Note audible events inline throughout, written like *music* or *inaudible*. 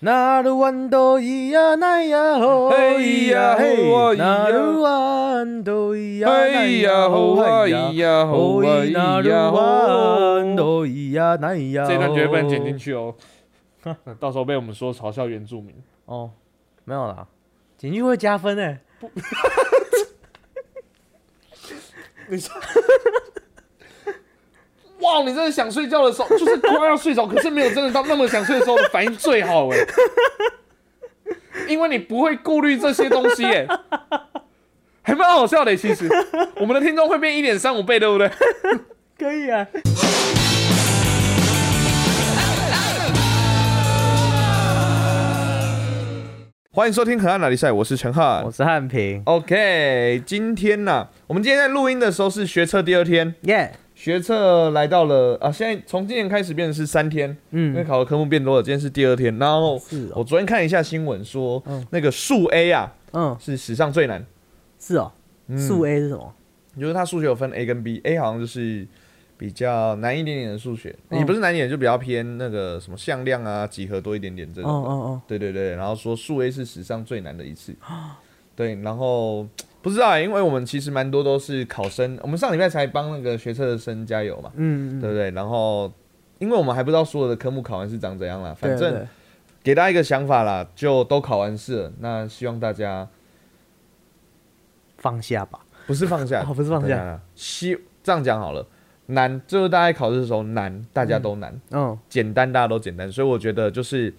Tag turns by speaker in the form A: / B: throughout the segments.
A: 那鲁万多伊呀奈呀吼
B: 嘿呀吼啊咿呀
A: 那鲁万多伊呀奈
B: 嘿哎呀
A: 呀
B: 吼
A: 吼
B: 啊
A: 嗨
B: 咿
A: 呀，
B: 呀吼啊
A: 哦那
B: 咿
A: 鲁
B: 呀
A: 万
B: 吼，
A: 多伊呀奈呀吼。
B: 这一段绝对不能剪进去哦， *laughs* 到时候被我们说嘲笑原住民。
A: 哦，没有啦，剪进去会加分哎。
B: 哇，你真的想睡觉的时候， *laughs* 就是快要睡着，可是没有真的到那么想睡的时候，反应最好哎， *laughs* 因为你不会顾虑这些东西哎，还蛮好笑的。欸其实我们的听众会变一点三五倍，对 *laughs* 不对？
A: 可以啊。
B: 欢迎收听《河岸哪里赛》，我是陈
A: 我
B: 汉。
A: 是汉平，
B: OK，今天呢、我们今天在录音的时候是学测第二天，
A: 耶，
B: 学测来到了啊，现在从今年开始变成是三天，因为
A: 嗯，
B: 考的科目变多了，今天是第二天。然后
A: 是哦，
B: 我昨天看一下新闻说，
A: 嗯
B: 那个数 A 啊
A: 嗯，
B: 是史上最难，
A: 是哦，数 A 是什么？
B: 就是它数学有分 A 跟 B，A 好像就是比较难一点点的数学，
A: 嗯
B: 也不是难一点，就比较偏那个什么向量啊、几何多一点点这
A: 嗯
B: 种。
A: 嗯嗯，
B: 对对对，然后说数 A 是史上最难的一次，
A: 啊
B: 对，然后不知道、欸，因为我们其实蛮多都是考生，我们上礼拜才帮那个学测的生加油嘛，
A: 嗯
B: 对
A: 嗯，
B: 不对？然后因为我们还不知道所有的科目考完是长怎样啦，反
A: 对
B: 正
A: 对
B: 给大家一个想法啦，就都考完试了，那希望大家
A: 放下吧，
B: 不是放下，
A: 哦不是放下
B: 当然啦，希这样讲好了，难就是大家考试的时候难，大家都难，
A: 嗯，
B: 简单大家都简单，所以我觉得就是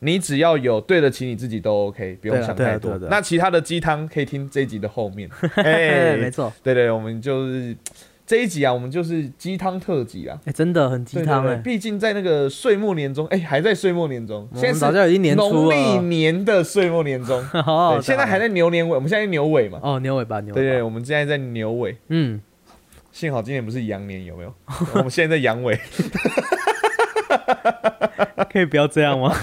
B: 你只要有对得起你自己都 OK，不用
A: 对啊
B: 想
A: 对啊
B: 太多
A: 对啊对。啊
B: 那其他的鸡汤可以听这一集的后
A: *laughs*
B: 面。哎
A: 哎，没错，
B: 对对，我们就是这一集啊，我们就是鸡汤特辑啊。
A: 哎，真的很鸡汤
B: 对对
A: 哎
B: 对，毕竟在那个岁末年终，哎，还在岁末年终，
A: 我
B: 现
A: 们
B: 在
A: 早
B: 是
A: 就已经年初
B: 农历
A: 了，
B: 年的岁末年终，
A: *laughs* 哦
B: 对，现在还在牛年尾，我们现在牛尾嘛，
A: 哦牛尾巴牛
B: 对
A: 尾
B: 对，
A: 巴，
B: 我们现在在牛尾，
A: 嗯，
B: 幸好今年不是羊年，有没有？
A: *laughs*
B: 我们现在在羊尾，
A: 可以不要这样
B: *laughs*
A: 吗？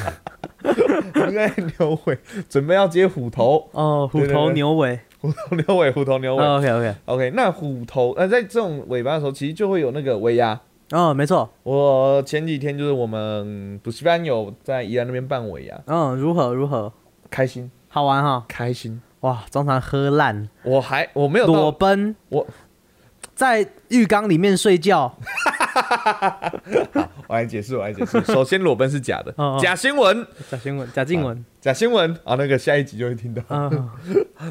B: 我们现在在牛尾，准备要接虎头，
A: 哦，虎
B: 对对
A: 头
B: 对
A: 牛尾哦
B: 虎头牛尾，虎头牛尾。
A: ，OK OK，
B: OK，那虎头呃，在这种尾巴的时候，其实就会有那个尾牙。
A: 哦没错，
B: 我前几天就是我们补习班有在宜兰那边办尾牙，
A: 嗯，如何如何，
B: 开心
A: 好玩哈，
B: 开心。
A: 哇，中场喝烂，
B: 我还我没有
A: 裸
B: 到，
A: 奔，
B: 我
A: 在浴缸里面睡觉，
B: 我来解释，我来解释。首先裸奔是假的
A: 哦，哦
B: *laughs* 假新闻，
A: 贾新闻，贾静雯，
B: 假新闻啊，那个下一集就会听到。
A: 嗯，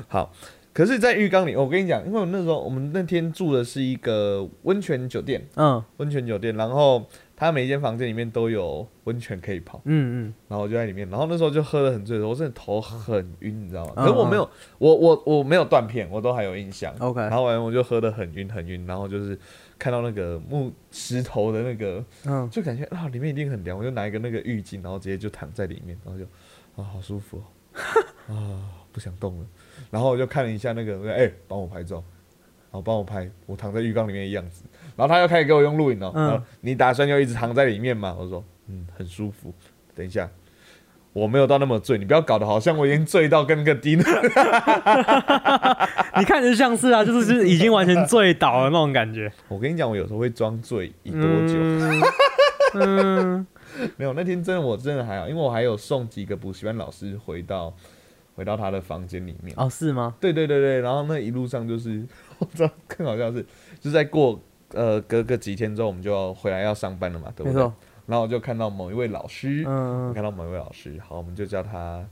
B: 好，可是，在浴缸里，我跟你讲，因为我那时候我们那天住的是一个温泉酒店， *laughs*
A: 嗯
B: 温泉酒店，然后它每一间房间里面都有温泉可以泡。
A: 嗯
B: 然后我就在里面，然后那时候就喝得很醉的时候，我真的头很晕，你知道吗？
A: 嗯
B: 可是我没有，我我我没有断片，我都还有印象。
A: OK
B: 然后完我就喝得很晕很晕，然后就是看到那个木石头的那个，
A: 嗯嗯，
B: 就感觉啊里面一定很凉，我就拿一个那个浴巾，然后直接就躺在里面，然后就啊好舒服
A: *laughs*
B: 哦，啊不想动了。然后我就看了一下那个，我说哎帮我拍照，然后帮我拍我躺在浴缸里面的样子。然后他又开始给我用录影哦，
A: 嗯
B: 然后你打算就一直躺在里面吗？我说嗯很舒服。等一下，我没有到那么醉，你不要搞得好像我已经醉到跟个低能。 *laughs*
A: 你看着像是啊，就是就是已经完全醉倒了那种感觉，
B: 我跟你讲，我有时候会装醉 *laughs* 一多久？
A: 嗯嗯
B: 没有，那天真的我真的还好，因为我还有送几个补习班老师回到回到他的房间里面。
A: 哦是
B: *laughs*
A: 吗？
B: 对对对对，然后那一路上就是， *laughs* 我知道更好笑的是，就是在过呃隔个几天之后，我们就要回来要上班了嘛，对
A: 没
B: 不对
A: 错？，
B: 然后我就看到某一位老师，我
A: 嗯嗯
B: 看到某一位老师，好，我们就叫他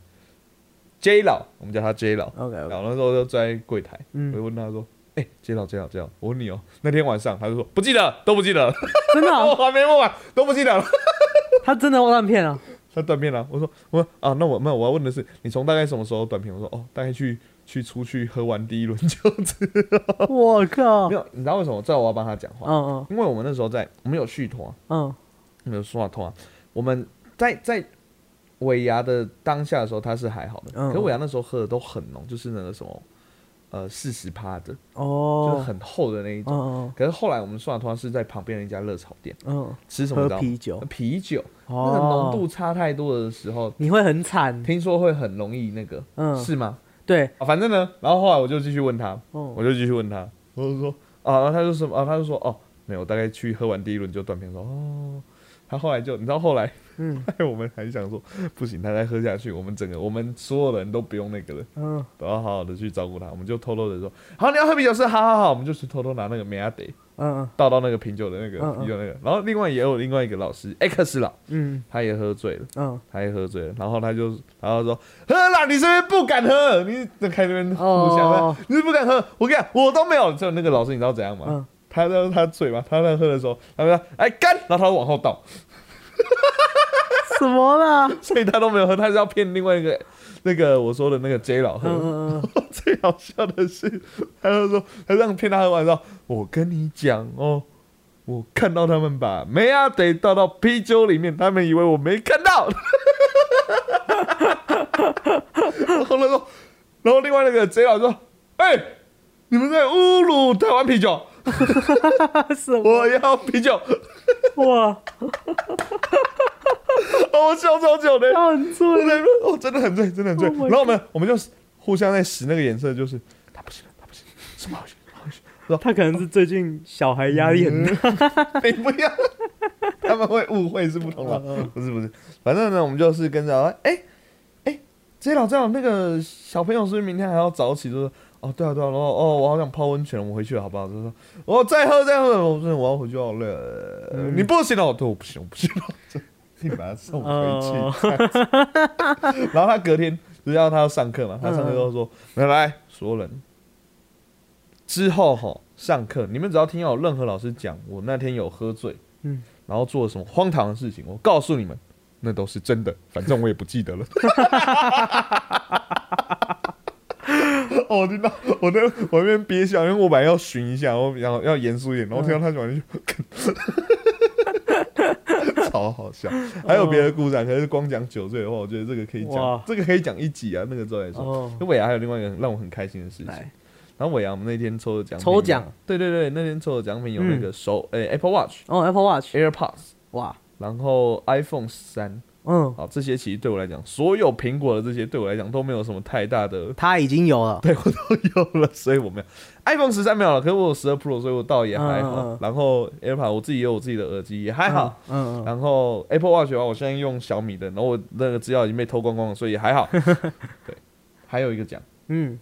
B: J 老，我们叫他 J 老。
A: ，OK
B: 然
A: OK，
B: 后那时候就坐在柜台，我
A: 嗯，
B: 就问他说：“哎、j 老 J 老 J 老，我问你哦，那天晚上他就说不记得，都不记得，
A: 真的
B: 我啊
A: 哦，
B: 还没问完，都不记得了。” *laughs*
A: 他真的断片啊，
B: 他断片了、我说我说啊，那我那我要问的是，你从大概什么时候断片？我说哦，大概去去出去喝完第一轮酒之后。
A: 我靠
B: 没，有，你知道为什么？这我要帮他讲话，
A: 嗯嗯
B: 因为我们那时候在，我们有续团，
A: 嗯，
B: 我们有说话团，我们在在尾牙的当下的时候，他是还好的，
A: 嗯
B: 可尾牙那时候喝的都很浓，就是那个什么呃四十趴的，就是
A: 哦，
B: 很厚的那一
A: 嗯
B: 种。
A: 嗯
B: 可是后来我们算团是在旁边的一家热炒店
A: 嗯，
B: 吃什么？
A: 喝
B: 你知道
A: 啤
B: 吗？
A: 酒，
B: 啤酒，那个浓
A: 哦，
B: 度差太多的时候，
A: 你会很惨，
B: 听说会很容易那个，
A: 嗯，
B: 是吗？
A: 对，
B: 啊，反正呢，然后后来我就继续问他，
A: 哦
B: 我就继续问他，我就说啊，然后他就 *laughs* 什么啊，他就说哦，没有，大概去喝完第一轮就断片，说哦，他后来就你知道后来
A: 嗯
B: 哎，我们还想说，不行，他再喝下去，我们整个我们所有人都不用那个了，
A: 嗯，
B: 都要好好的去照顾他。我们就偷偷的说，好，你要喝啤酒是，好好好，我们就去偷偷拿那个梅亚得
A: 嗯
B: 倒到那个啤酒的那个
A: 嗯嗯
B: 啤酒那个。然后另外也有另外一个老师，X 老，
A: 嗯
B: 他也喝醉了，
A: 嗯，
B: 他也喝醉了，然后他就然后说，喝啦，你这边不敢喝，你在开那边互相，
A: 哦
B: 你是不敢喝，我跟你讲，我都没有。就那个老师，你知道怎样吗？
A: 嗯
B: 他他他醉嘛，他在喝的时候，他说哎干，然后他往后倒。
A: 什么啦？
B: 所以他都没有喝，他是要骗另外一个那个我说的那个 J 老喝。
A: 嗯嗯
B: *laughs*
A: 嗯，
B: 最好笑的是，他就说他让骗他喝完之后，我跟你讲哦，我看到他们把梅亚得倒到啤酒里面，他们以为我没看到。 *laughs* 然后他说，然后另外那个 J 老说，哎、你们在侮辱台湾啤酒，
A: 什 *laughs* 么
B: 我要啤酒，
A: 嗯哇？
B: 哦我笑超久的。 *laughs*
A: 他很
B: 我
A: 醉，
B: 在那边哦，真的很醉，真的很醉。
A: Oh my
B: 然后我们我们就互相在使那个眼色，就是他不行，他不行，什么好行，什么好行，
C: 他可能是最近小孩压力很大，
B: *laughs* 你不要，他们会误会是不同
A: 嗯
B: 的，不是不是，反正呢，我们就是跟着，哎、哎、这老这老那个小朋友是不是明天还要早起？就说哦对啊对啊，然后哦我好想泡温泉，我们回去了好不好？就说我、哦、再喝再喝，我真的我要回去好累了，
A: 嗯
B: 你不行了，我对我不行我不行了， *laughs* 你把他送回
A: 嗯
B: 去。
C: 哦
B: *laughs* 然后他隔天就是要他要上课嘛，他上课之后说：“来来，所有人，之后吼上课，你们只要听到有任何老师讲我那天有喝醉，
A: 嗯
B: 然后做了什么荒唐的事情，我告诉你们，那都是真的，反正我也不记得了。 *laughs* 哦”我听到我在我那边憋笑，因为我本来要寻一下，我然后要严肃一点，然后听到他讲完就， *laughs* 超好笑。还有别的故事啊，可是光讲酒醉的话，我觉得这个可以讲
C: 哇，
B: 这个可以讲一集啊。那个之后来说，
C: 哦
B: 那尾啊牙还有另外一个让我很开心的事情。
A: 来，
B: 然后尾牙我们那天抽的奖品啊
A: 抽奖，嗯
B: 对对对，那天抽的奖品有那个手诶、Apple Watch、
A: 哦，Apple Watch，
B: AirPods，
A: 哇，
B: 然后 iPhone 三，
A: 嗯，
B: 好，这些其实对我来讲，所有苹果的这些对我来讲都没有什么太大的
A: 他已经有了，
B: 对我都有了，所以我没有 iPhone 十三没有了，可是我有十二 Pro，所以我倒也还好。
A: 嗯嗯嗯
B: 然后 AirPod 我自己也有我自己的耳机，也还好。
A: 嗯，嗯嗯，
B: 然后 Apple Watch 的话，我现在用小米的，然后我那个资料已经被偷光光了，所以
A: *laughs*
B: 还好。对，还有一个奖，
A: 嗯，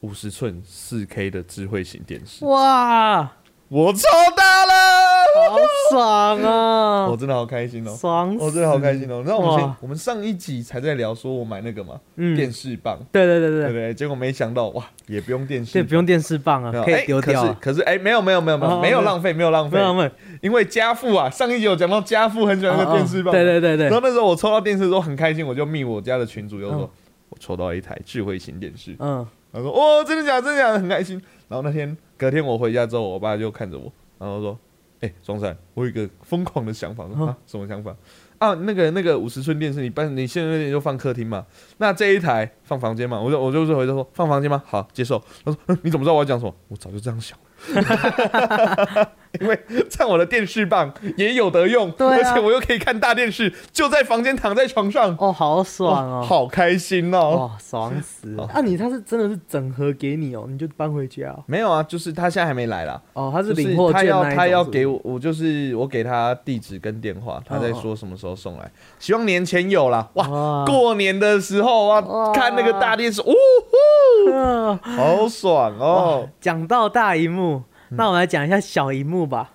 B: 五十寸四 K 的智慧型电视，
A: 哇，
B: 我抽到了，
A: 好爽
B: 我
A: 啊，
B: 真的好开心哦，
A: 爽死，
B: 我真的好开心哦。你知道我们先
C: 哇
B: 我们上一集才在聊说我买那个嘛
C: 嗯，
B: 电视棒，
C: 对对对
B: 对
C: 对对，
B: 不对？结果没想到哇，也不用电视
C: 这不用电视棒
B: 没
C: 啊，
B: 有
C: 可
B: 哎
C: 以丢掉啊，
B: 可是可是哎，没有没有没有没有
C: 哦
B: 没有
C: 没有
B: 浪费，没有浪
C: 不
B: 费，
C: 然问，
B: 因为家父啊，上一集有讲到家父很喜欢那个电视棒，
C: 哦对对对
B: 然后
C: 对，
B: 那时候我抽到电视的时候很开心，我就密我家的群主，就说、
C: 嗯
B: 我抽到一台智慧型电视。
C: 嗯，
B: 他说哦，真的假的？真的假的？很开心。然后那天隔天我回家之后，我爸就看着我，然后说：“哎、庄三，我有一个疯狂的想法。我说”啊，什么想法？啊，那个那个五十寸电视，你搬你现在那就放客厅嘛，那这一台放房间嘛，我就我就是回头说放房间吗？好，接受。他说、嗯、你怎么知道我要讲什么？我早就这样想了，
A: *laughs*
B: 因为这样我的电视棒也有得用，
A: 对啊
B: 而且我又可以看大电视，就在房间躺在床上，
A: 哦，好
B: 哇，
A: 爽哦，
B: 好开心哦。
A: 哇，爽死了！啊，你他是真的是整盒给你哦，你就搬回家哦。
B: 没有啊，就是他现在还没来啦。
A: 哦，他是
B: 就
A: 领货
B: 他
A: 券
B: 要
A: 那一种
B: 他要
A: 是不是
B: 给我，我就是我给他地址跟电话，他在
A: 哦哦
B: 说什么时候送来，希望年前有啦。哇，
A: 哇
B: *laughs* 过年的时候啊，
A: 哇
B: 看那个大电视，呜呼，
A: 啊
B: 好爽哦
A: 哇！讲到大荧幕，那我们来讲一下小荧幕吧。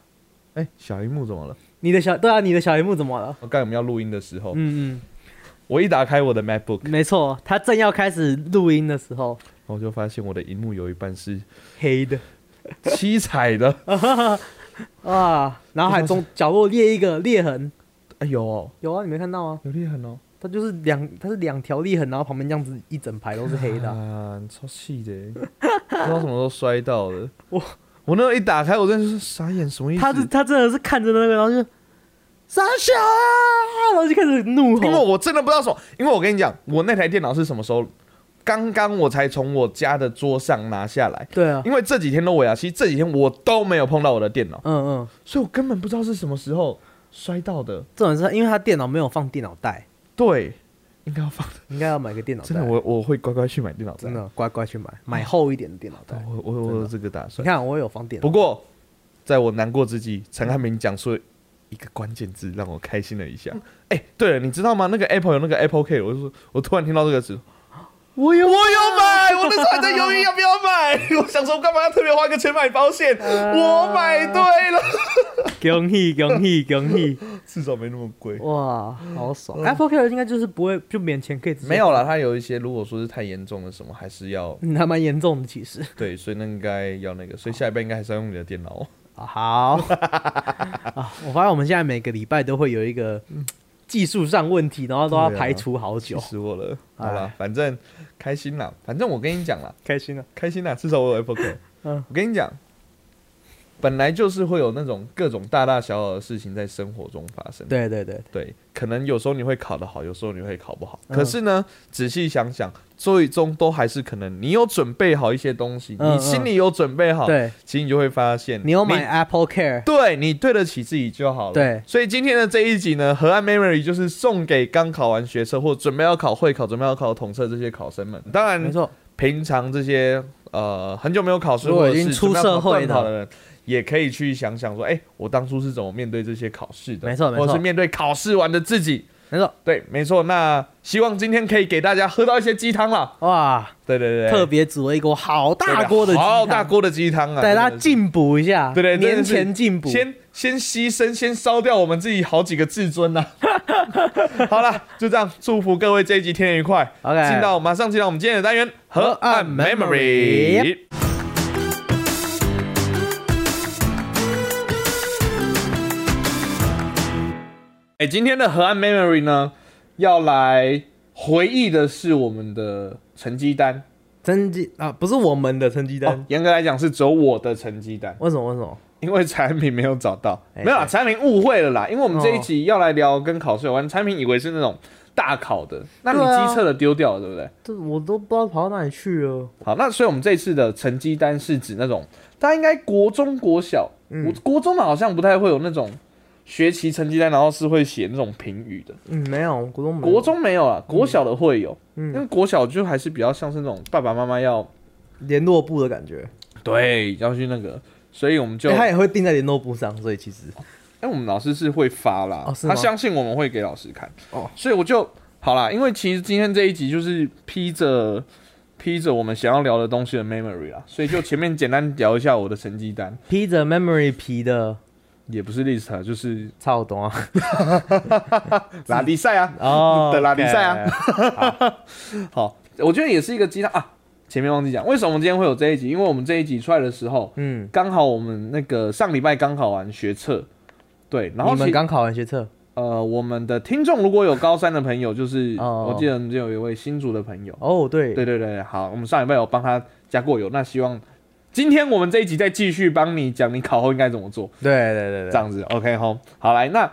B: 哎，小荧幕怎么了？
A: 你的小对啊，你的小荧幕怎么了？
B: 我刚才我们要录音的时候，
A: 嗯
B: 我一打开我的
A: 嗯，
B: MacBook，
A: 没错，他正要开始录音的时候，
B: 我就发现我的荧幕有一半是
A: 黑的
B: 七彩的， *laughs*
A: 啊，然后还中角落裂一个裂痕，
B: 哎有哦，
A: 有啊，你没看到啊？
B: 有裂痕哦，
A: 它就是两，它是两条裂痕，然后旁边这样子一整排都是黑的啊、
B: 啊，超气的，不知道什么时候摔到的。我我那时候一打开，我真的是傻眼，什么意思？
C: 他是他真的是看着那个，然后就
A: 傻小啊，然后就开始怒
B: *laughs* 因为
A: 吼。
B: 我真的不知道什么，因为我跟你讲，我那台电脑是什么时候？刚刚我才从我家的桌上拿下来，
A: 对啊，
B: 因为这几天都尾牙，其实这几天我都没有碰到我的电脑，
A: 嗯嗯，
B: 所以我根本不知道是什么时候摔到的。
A: 重点是因为他电脑没有放电脑袋，
B: 对，应该要放。
A: 应该要买个电脑袋。
B: 真的，我啊我会乖乖去买电脑袋
A: 真，的乖乖去买，买厚一点的电脑袋。
B: 我我我有这个打
A: 你
B: 算。
A: 看我有放电脑
B: 不，过，在我难过之际，陈汉明讲出一个关键字让我开心了一下。哎、对了，你知道吗？那个 Apple 有那个 Apple Care，我就说，我突然听到这个词，
A: 我有
B: 我有买，我那时候还在犹豫要不要买， *laughs* 我想说干嘛要特别花个钱买保险？我买对了， *laughs*
C: 恭喜恭喜恭喜！
B: 至少没那么贵。
A: 哇，好爽！Apple Care 应该就是不会就免钱可以直接
B: 没有啦，它有一些如果说是太严重的什么，还是
A: *laughs*
B: 要
A: 嗯，还蛮严重的其实。
B: 对，所以那应该要那个，所以下一辈应该还是要用你的电脑 *laughs* 哦。
A: 啊好 *laughs* 啊，我发现我们现在每个礼拜都会有一个技术上问题，然后都要
B: 嗯对啊
A: 排除好
B: 气
A: 久。
B: 死我了！
A: 哎
B: 好啦，反正开心啦，反正我跟你讲啦，
C: 开心啊！
B: *laughs* 开心啦，至少我有 Apple Care。
A: 嗯
B: 我跟你讲，本来就是会有那种各种大大小小的事情在生活中发生。
A: 对对对，
B: 对，可能有时候你会考得好，有时候你会考不好。
A: 嗯
B: 可是呢，仔细想想，最终都还是可能你有准备好一些东西，
A: 嗯
B: 你心里有准备好，
A: 对
B: 其实你就会发现，
A: 你有买 Apple Care，
B: 对你对得起自己就好了。
A: 对
B: 所以今天的这一集呢，河岸 memory 就是送给刚考完学测或准备要考会考、准备要考统测这些考生们。当
A: 没
B: 然，
A: 错，
B: 平常这些呃很久没有考试
A: 如果
B: 或者
A: 已经
B: 是
A: 出社会
B: 准备要考段考的人，也可以去想想说，哎、我当初是怎么面对这些考试的？
A: 没错没错
B: 或者是面对考试完的自己。
A: 没错，
B: 对，没错。那希望今天可以给大家喝到一些鸡汤啦。
A: 哇，
B: 对对对，
A: 特别煮了一锅好
B: 对对
A: 大锅的鸡
B: 好
A: 汤，
B: 大锅的鸡汤啊！
A: 带大家
B: 真的是
A: 进补一下，
B: 对对真
A: 年
B: 的是
A: 前进补，
B: 先先牺牲，先烧掉我们自己好几个自尊呐、 *laughs* 好了，就这样，祝福各位这一集天天愉快。
A: OK
B: 进到马上进到我们今天的单元河岸 memory。哎，今天的河岸 memory 呢，要来回忆的是我们的成绩单。
A: 成绩啊，不是我们的成绩
B: 哦
A: 单，，
B: 严格来讲是只有我的成绩单。
A: 为什么为什么？
B: 因为产品没有找到，
A: 哎
B: 没有啦，啊
A: 对
B: 产品误会了啦。因为我们这一
A: 哦
B: 集要来聊跟考试有关，产品以为是那种大考的，那你
A: 对啊
B: 机测的丢掉了，对不对？
A: 这我都不知道跑到哪里去了。
B: 好，那所以我们这次的成绩单是指那种，大家应该国中、国小，
A: 嗯
B: 我国中的好像不太会有那种学期成绩单，然后是会写那种评语的。
A: 嗯，没有，国中没有
B: 国中没有啦，国小的会有，
A: 嗯
B: 因为国小就还是比较像是那种爸爸妈妈要
A: 联络部的感觉，
B: 对要去那个，所以我们就，
A: 欸他
B: 哎、
A: 也会定在联络部上，所以其实
B: 我们老师是会发啦，
A: 哦是
B: 他
A: 吗
B: 相信我们会给老师看。
A: 哦，
B: 所以我就好啦，因为其实今天这一集就是披着披着我们想要聊的东西的 memory 啦，所以就前面简单聊一下我的成绩单，
A: 披着 memory 皮的
B: 也不是 list 啊，就是
A: 操懂啊，嗯
B: 拉力赛啊，
A: 哦
B: 的拉力赛啊
A: OK，
B: 好，我觉得也是一个鸡汤啊。前面忘记讲，为什么今天会有这一集？因为我们这一集出来的时候，
A: *laughs* 嗯，
B: 刚好我们那个上礼拜刚考完学测，对，然后
A: 你们
B: 其
A: 刚考完学测，
B: 呃，我们的听众如果有高三的朋友，就是、
A: 哦
B: 我记得我们就有一位新竹的朋友，
A: 哦对，
B: 对对对，好，我们上礼拜有帮他加过油，那希望今天我们这一集再继续帮你讲你考后应该怎么做，
A: 对对对
B: 这
A: 对，
B: 样子，OK 吼，好来，那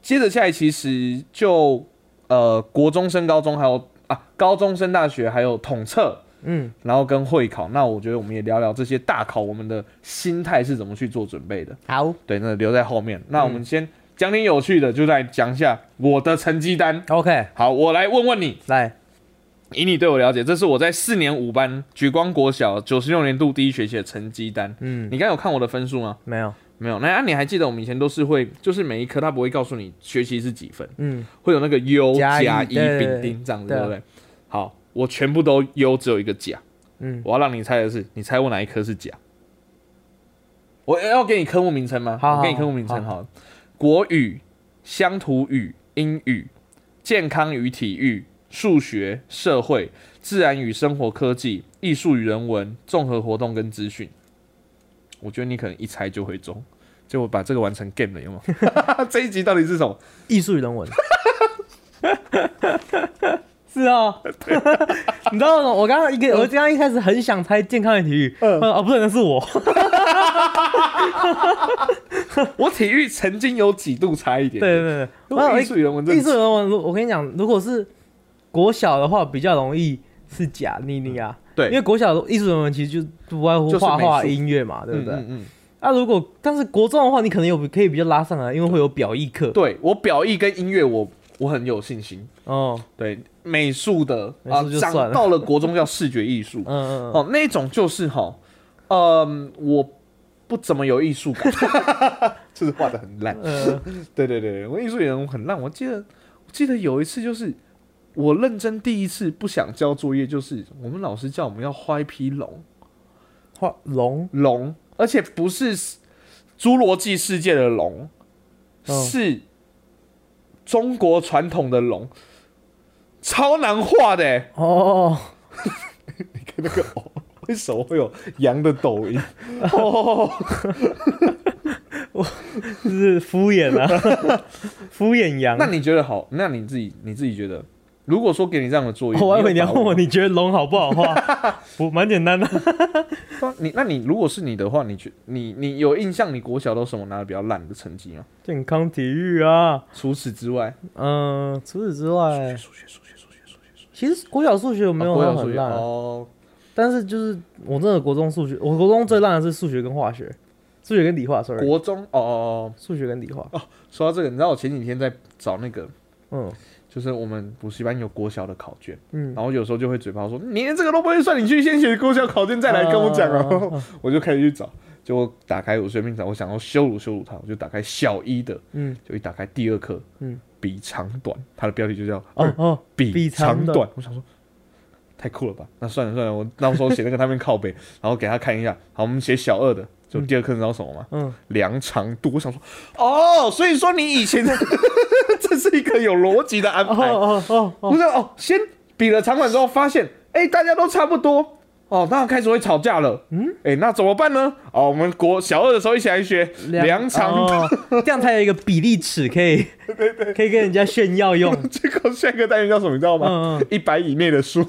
B: 接着下来其实就呃国中升高中还有啊高中升大学还有统测，
A: 嗯，
B: 然后跟会考，那我觉得我们也聊聊这些大考我们的心态是怎么去做准备的，
A: 好，
B: 对，那留在后面，那我们先讲点有趣的，就来讲一下我的成绩单。
A: OK，
B: 好，我来问问你，
A: 来，
B: 以你对我了解，这是我在四年五班举光国小九十六年度第一学期的成绩单。
A: 嗯，
B: 你刚有看我的分数吗？
A: 没有，
B: 没有。那、啊、你还记得我们以前都是会，就是每一科他不会告诉你学习是几分，
A: 嗯，
B: 会有那个优
A: 加一
B: 加
A: 对对
B: 丙
A: 对
B: 丁这样子，
A: 对
B: 对
A: 啊
B: 不对？好，我全部都优，只有一个甲。
A: 嗯
B: 我要让你猜的是，你猜我哪一科是甲？我要给你科目名称吗？
A: 好
B: 我给你
A: 好
B: 科目名称
A: 好
B: 好了。国语、乡土语、英语、健康与体育、数学、社会、自然与生活科技、艺术与人文、综合活动跟资讯。我觉得你可能一猜就会中，结果把这个完成 game 了，
D: *laughs*
B: 有吗？这一集到底是什么？
A: 艺术与人文。 *laughs* 是哦， *laughs* 你知道吗？我刚刚一个，我刚刚一开始很想猜健康的体育，
B: 嗯
A: 啊，不是，那是我，
B: 我体育曾经有几度差一点
A: 对
B: 点，
A: 对对， *laughs*
B: 如
A: 我
B: 果
A: 有
B: 艺术与人文真
A: 艺
B: 的
A: 术人文，如我跟你讲，如果是国小的话，比较容易是假妮妮啊，
B: 嗯对
A: 因为国小艺术人文其实就不外乎
B: 就是
A: 画
B: 美术
A: 画、音乐嘛，对不对？
B: 嗯嗯嗯
A: 那如果但是国中的话，你可能有可以比较拉上来，因为会有表意课
B: 对我表意跟音乐我，我很有信心。
A: 哦，
B: 对美术的
A: 美
B: 啊
A: 术，就
B: 长
A: 算了
B: 到了国中叫视觉艺术
A: 嗯嗯嗯，
B: 哦，那种就是哈，嗯，我
D: 哦不怎么有艺术感， *laughs* 嗯就是画的很烂。
A: 呃，
D: 对对对，对我艺术眼很烂。我记得我记得有一次就是我认真第一次不想交作业，就是我们老师叫我们要画一批龙
A: 画龙
D: 龙，而且不是侏罗纪世界的龙，
A: 嗯
D: 是中国传统的龙，超难画的、欸。
A: 哦，
D: 你看那个哦，为什么会有羊的抖音？哦，
C: 就是敷衍
A: *laughs*
C: 啊，敷衍羊
D: 那。你觉得好？那你自己你自己觉得，如果说给你这样的作业，
C: 哦我还以为你
D: 有
C: 要
D: 把
C: 问
D: 握
C: 我，你觉得龙好不好画？
A: *laughs*
C: 不，蛮简单的。
D: 对啊你那你如果是你的话，你觉你你有印象你国小都什么拿的比较烂的成绩吗？
C: 健康体育啊，
D: 除此之外，
C: 嗯、除此之外，
D: 数学数学数学数学数学，
A: 其实国小数学我没有
D: 啊国
A: 到
D: 小数
A: 很
D: 学
A: 烂啊，
D: 哦，嗯
A: 但是就是我真的国中数学，我国中最烂的是数学跟化学，数学跟理化，sorry，
D: 国中哦哦哦。
A: 数学跟理化，
D: 说到这个，你知道我前几天在找那个，
A: 嗯
D: 就是我们补习班有国小的考卷，
A: 嗯，
D: 然后有时候就会嘴巴说你连这个都不会算，你去先写国小考卷再来跟我讲哦、
C: *laughs*
D: 我就开始去找，结果打开我随便找，我想要羞辱羞辱他，我就打开小一的，
A: 嗯，
D: 就一打开第二课，
A: 嗯，
D: 比长短，它的标题就叫
A: 哦哦，
D: 比
A: 比
D: 长
A: 长
D: 短。我想说，太酷了吧？那算了算了，我到时候写那个他们靠背， *laughs* 然后给他看一下。好，我们写小二的，就第二课你知道什么吗？
A: 嗯，
D: 量长度。我想说，哦，所以说你以前的 *laughs* 这是一个有逻辑的安
A: 哦
D: 排。
A: 哦哦哦，
D: 不是哦，先比了长短之后，发现哎、大家都差不多。哦，那开始会吵架了。嗯，哎、那怎么办呢？哦，我们国小二的时候一起来学量长度，
A: 哦，这样才有一个比例尺可以可以跟人家炫耀
D: *laughs*
A: 用，
D: 结果下一个单元叫什么？你知道吗
A: 嗯嗯？
D: 一百以内的书。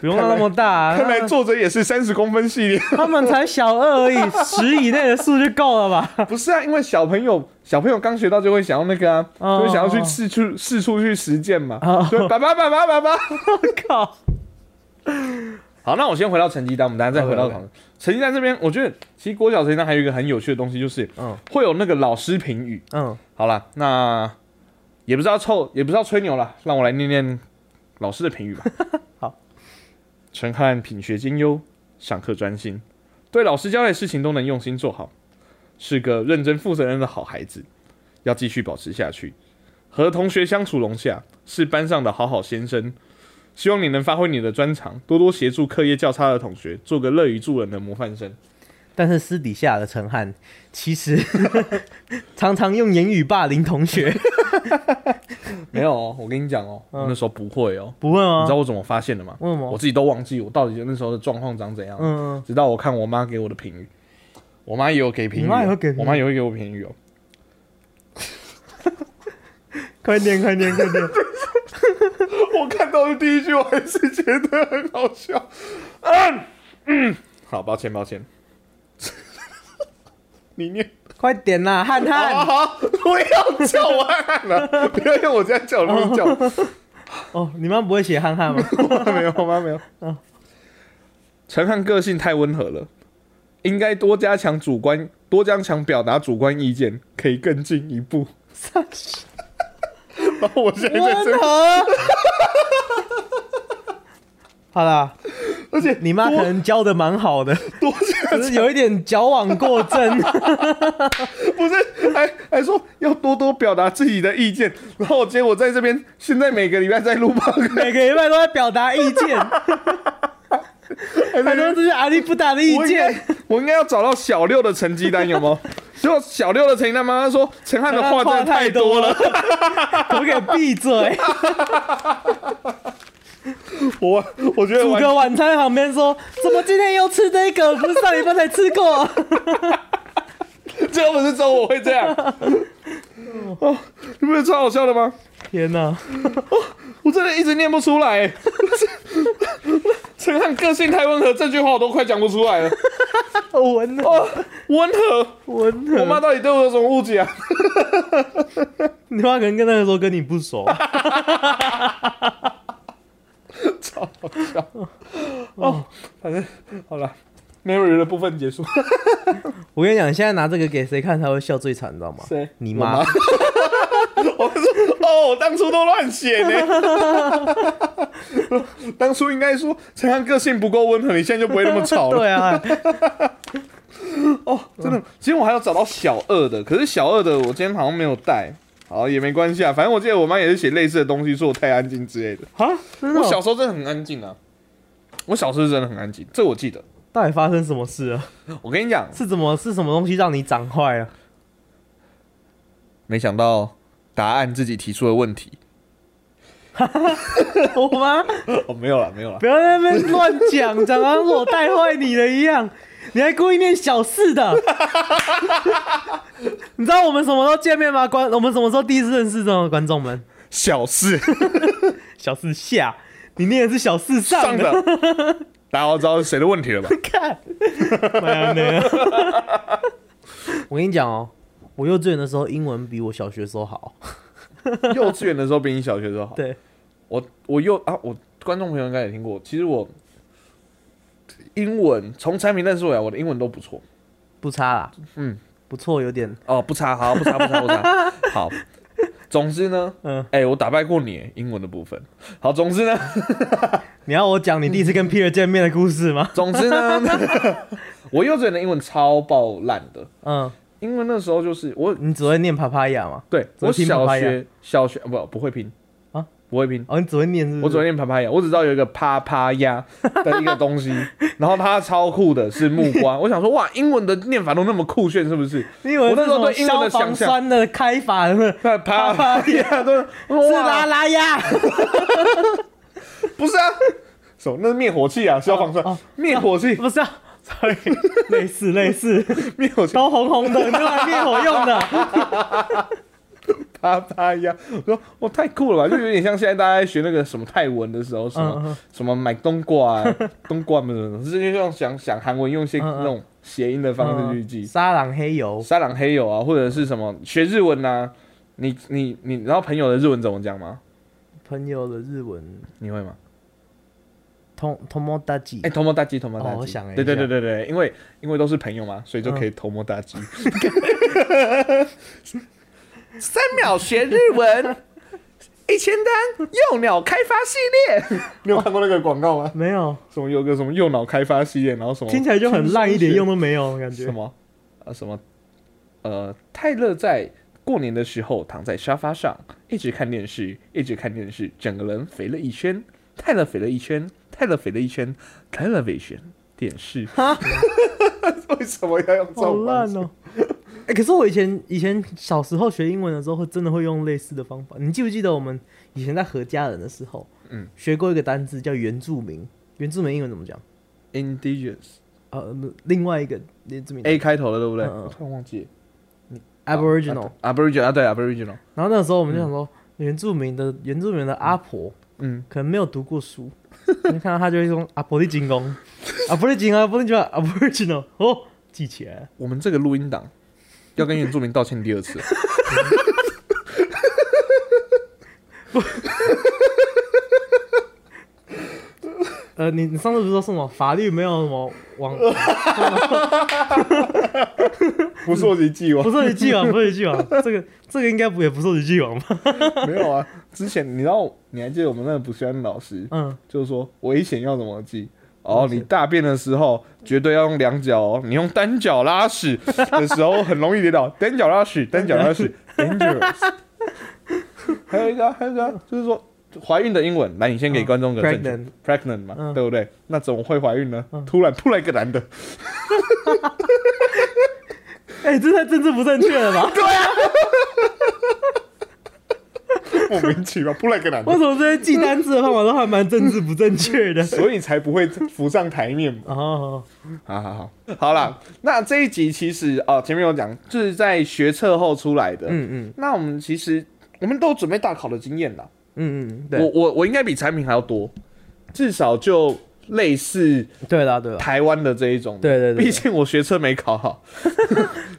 A: 不用那么大啊，
D: 看来
A: 他们
D: 作者也是三十公分系
A: *laughs*
D: 列。
A: 他们才小二而已，十以内的数就够了
D: *laughs*
A: 吧？
D: 不是啊，因为小朋友小朋友刚学到就会想要那个啊，
A: 哦
D: 就会想要去四处四处去实践嘛。
A: 哦
D: 所以爸爸爸爸爸爸。
A: 我靠，
D: 好，那我先回到成绩单，我们等下再回到讨论成绩单这边。我觉得其实国小成绩单还有一个很有趣的东西，就是
A: 嗯
D: 会有那个老师评语。
A: 嗯，
D: 好啦，那也不知道臭，也不知道吹牛啦，让我来念念老师的评语 *laughs* 吧。
A: 好，
D: 陈汉品学兼优，上课专心，对老师交代的事情都能用心做好，是个认真负责任的好孩子，要继续保持下去。和同学相处融洽，是班上的好好先生。希望你能发挥你的专长，多多协助课业较差的同学，做个乐于助人的模范生。
A: 但是私底下的陈汉其实 *laughs* 常常用言语霸凌同学，
D: 没有哦，我跟你讲哦，我那时候不会哦，
A: 不会
D: 你
A: 吗
D: 知道？我怎么发现的吗？
A: 为什么
D: 我自己都忘记我到底那时候的状况长怎样。
A: 嗯，
D: 直到我看我妈给我的评语，我妈也有给评语哦，
A: 你妈也会给评语
D: 我妈也会给我评语哦。 *laughs*
A: 快点快点快点，
D: *laughs* 我看到的第一句，我还是觉得很好笑。嗯好，抱歉抱歉。 *laughs* 你念，
A: 快点啦，汉
D: 好
A: 汉！
D: 好，不要叫我汉汉了，不要用我这样叫，我那么叫。
A: 哦，你妈不会写汉汉
D: *laughs*
A: 吗？
D: 没有吗？没有。陈汉个性太温和了，应该多加强主观，多加强表达主观意见，可以更进一步。然 *laughs* 后我现在在
A: 温
D: 哎这， *laughs*
A: 和。好啦，而且你妈可能教的蛮好的，
D: 多加
A: 只是有一点矫枉过
D: *laughs*
A: 正。
D: 不是还还说要多多表达自己的意见。然后结果在这边，现在每个礼拜在录 p
A: 每个礼拜都在表达意
D: *laughs*
A: 见，很多这些阿力不达的意
D: 我应该
A: 见。
D: 我应该要找到小六的成绩单有 *laughs* 吗？结果小六的成绩单，妈妈说陈汉的话真的太多了。
A: 可不可以闭嘴？
D: 我 *laughs*
A: *laughs*
D: 我觉得
A: 煮
D: 完
A: 个晚餐旁边说，怎么今天又吃这个？不是上礼拜才吃过？
D: 这不是 *laughs* 只有我会这
A: *laughs*
D: 样。哦，你不觉得超好笑的吗？
A: *laughs* 天哪、
D: 我真的一直念不出来。陈汉个性太温和，这句话我都快讲不出来了。
A: 温和，
D: 哦，温
A: *laughs*
D: 和，
A: 温
D: 我
A: 和。
D: 妈到底对我有什么误解啊？
A: 你妈可能跟那个时候跟你不熟。
D: 超好笑。哦，反正好了，Mary 的部分结束。
A: 我跟你讲，现在拿这个给谁看才会笑最惨，你知道吗？
D: 谁
A: 你妈
D: 我。
B: 我说哦，我当初都乱写
A: *laughs*
B: 呢，当初应该说陈汉个性不够温和，你现在就不会那么吵了。
A: 对啊，
D: 哦，真的，今天我还要找到小二的，可是小二的我今天好像没有带，好也没关系啊，反正我记得我妈也是写类似的东西，说我太安静之类的。
A: *laughs* 啊，真的
D: 我
A: 哦、
D: 小时候真的很安静啊，我小时候真的很安静，这我记得。
A: 到底发生什么事了？
D: 我跟你讲，
A: 是怎么是什么东西让你长坏啊了？
D: 没想到答案自己提出的问题。
A: *laughs*
D: *laughs*
A: 我吗？
B: 哦，没有了，没有了。
A: 不要在那边乱讲，讲得好像是我带坏你的一样。你还故意念小四 *laughs* 的，你知道我们什么时候见面吗？观，我们什么时候第一次认识的观众们？
D: 小事
A: 小四下，你念的是小四上
D: 上
A: 的，
D: 的，大家都知道是谁的问题了吧？
A: 看，妈啊的！ *laughs* 我跟你讲哦，我幼稚园的时候英文比我小学时候好。
D: *laughs* 幼稚园的时候比你小学的时候好。
A: 对，
D: 我我幼啊，我观众朋友应该也听过，其实我英文从产品认识我来，我的英文都不错。
A: 不差啦，
D: 嗯，
A: 不错，有点，
D: 哦，不差，好，不差，不差，
A: *laughs*
D: 不差，好。总之呢，
A: 嗯，
D: 哎、我打败过你英文的部分。好，总之呢，
A: 你要我讲你第一次跟 Peter 见面的故事吗？
D: 总之呢， *laughs* 我幼稚园的英文超爆烂的，
A: 嗯，
D: 因为那时候就是我
A: 你只会念 papaya 吗？
D: 对
A: 怎么
D: 我
A: 拼
D: 小
A: papaya？
D: 学小学不不会拼
A: 啊，
D: 不会拼。
A: 哦，你只会念是不
D: 我
A: 是？
D: 只会念啪啪呀，我只知道有一个啪啪呀的一个东西，然后它超酷的是木瓜，我想说哇，英文的念法都那么酷炫，是不是？
A: 你以为
D: 我那时候对
A: 是
D: 英
A: 什么
D: 文的
A: 消防
D: 想象
A: 栓的开法是不是
D: 啪啪
A: 啪
D: 啪呀，对，
A: 是
D: 是
A: 拉拉呀，
D: 不是啊， *laughs* 什么？那是灭火器啊，消防
A: 哦
D: 栓，灭火器，
A: *laughs* 不是啊，sorry，类 *laughs* 似类 *laughs* 似，
D: 灭火器， *laughs*
A: 都红红的，拿来灭火用 *laughs* 的。
D: 啪啪呀！我说哇，太
A: *laughs*
D: 酷了吧，就有点像现在大家在学那个什么泰文的时候，什么、
A: 嗯嗯
D: 什么买冬瓜、
A: *laughs*
D: 啊，冬瓜什么，这就用想想韩文用一些
A: 嗯嗯
D: 那种谐音的方式去记。
A: 沙朗嗯黑油，
D: 沙朗黑友啊，或者是什么学日文呐、你你你，你知道朋友的日文怎么讲吗？
A: 朋友的日文，
D: 你会吗？
A: 通通摸大吉
D: 哎、，头摩大吉，头摩大
A: 哦
D: 吉，
A: 我想了一
D: 对对
A: 下
D: 对对对，因为因为都是朋友嘛，所以就可以头摩大吉。三秒学日文，一千单右脑开发系列。你有看过那个广告吗？
A: 没有，
D: 什么有个什么右脑开发系列，然后什么
A: 听起来就很烂，一点用都没有，感
D: 什
A: 觉。
D: 么呃什么呃泰勒在过年的时候躺在沙发上，一直看电视，一直看电视，整个人肥了一圈。泰勒肥了一圈，泰勒肥了一圈，泰勒肥圈电视。
B: *laughs* 为什么要用这
A: 好
B: 种方式
A: 烂哦！哎，可是我以前以前小时候学英文的时候，会真的会用类似的方法。你记不记得我们以前在和家人的时候，
D: 嗯，
A: 学过一个单字叫原住民？原住民英文怎么讲？
D: Indigenous
A: 呃，另外一个原住民
D: A 开头的，对不对？
A: 嗯嗯
D: 我突然忘记了。
A: Aboriginal。
D: 啊对 Aboriginal 啊，对 Aboriginal。
A: 然后那个时候我们就想说，原住民的原住民的阿婆
D: 嗯，
A: 可能没有读过书， *laughs* 你看到她就会说啊阿婆的进攻，阿婆的进 *laughs* 啊，阿婆的进啊，阿婆的进哦，哦，记起来了。
D: 我们这个录音档要跟原住民道歉第二次。
A: 呃，你你上次不是说什么法律没有什么网，
B: *laughs*
A: *laughs*
B: 不溯及既往
A: 不，涉及既往，不涉及既往，这个这个应该不也不涉及既往吧？
D: *laughs* 没有啊，之前你知道，你还记得我们那个补习班老师，
A: 嗯，
D: 就是说危险要怎么记？哦，你大便的时候绝对要用两脚哦，你用单脚拉屎 *laughs* 的时候很容易跌倒，单脚拉屎，单脚拉屎，dangerous。还有一个啊，还有一个啊，就是说怀孕的英文，来，你先给
A: 嗯
D: 观众个正确
A: pregnant
D: pregnant 嘛，
A: 嗯
D: 对不对？那怎么会怀孕呢？突然出来一个男的， *laughs*
A: 哎、这太政治不正确了吧？ *laughs*
B: 莫名其妙，不来个男
A: 为
B: 的，
A: 什么这些记单字的方法都还蛮政治不正确的？
B: 所以才不会浮上台面
A: *laughs*
B: 嘛。
A: 哦，
D: 好好好，好啦，那这一集其实哦，前面有讲，就是在学测后出来的，
A: 嗯嗯
D: 那我们其实我们都有准备大考的经验啦，
A: 嗯嗯，
D: 我
A: 对，
D: 我我应该比产品还要多，至少就类似
A: 对啦对啦，
D: 台湾的这一种。
A: 对对对对
D: 毕竟我学车没考好， *laughs*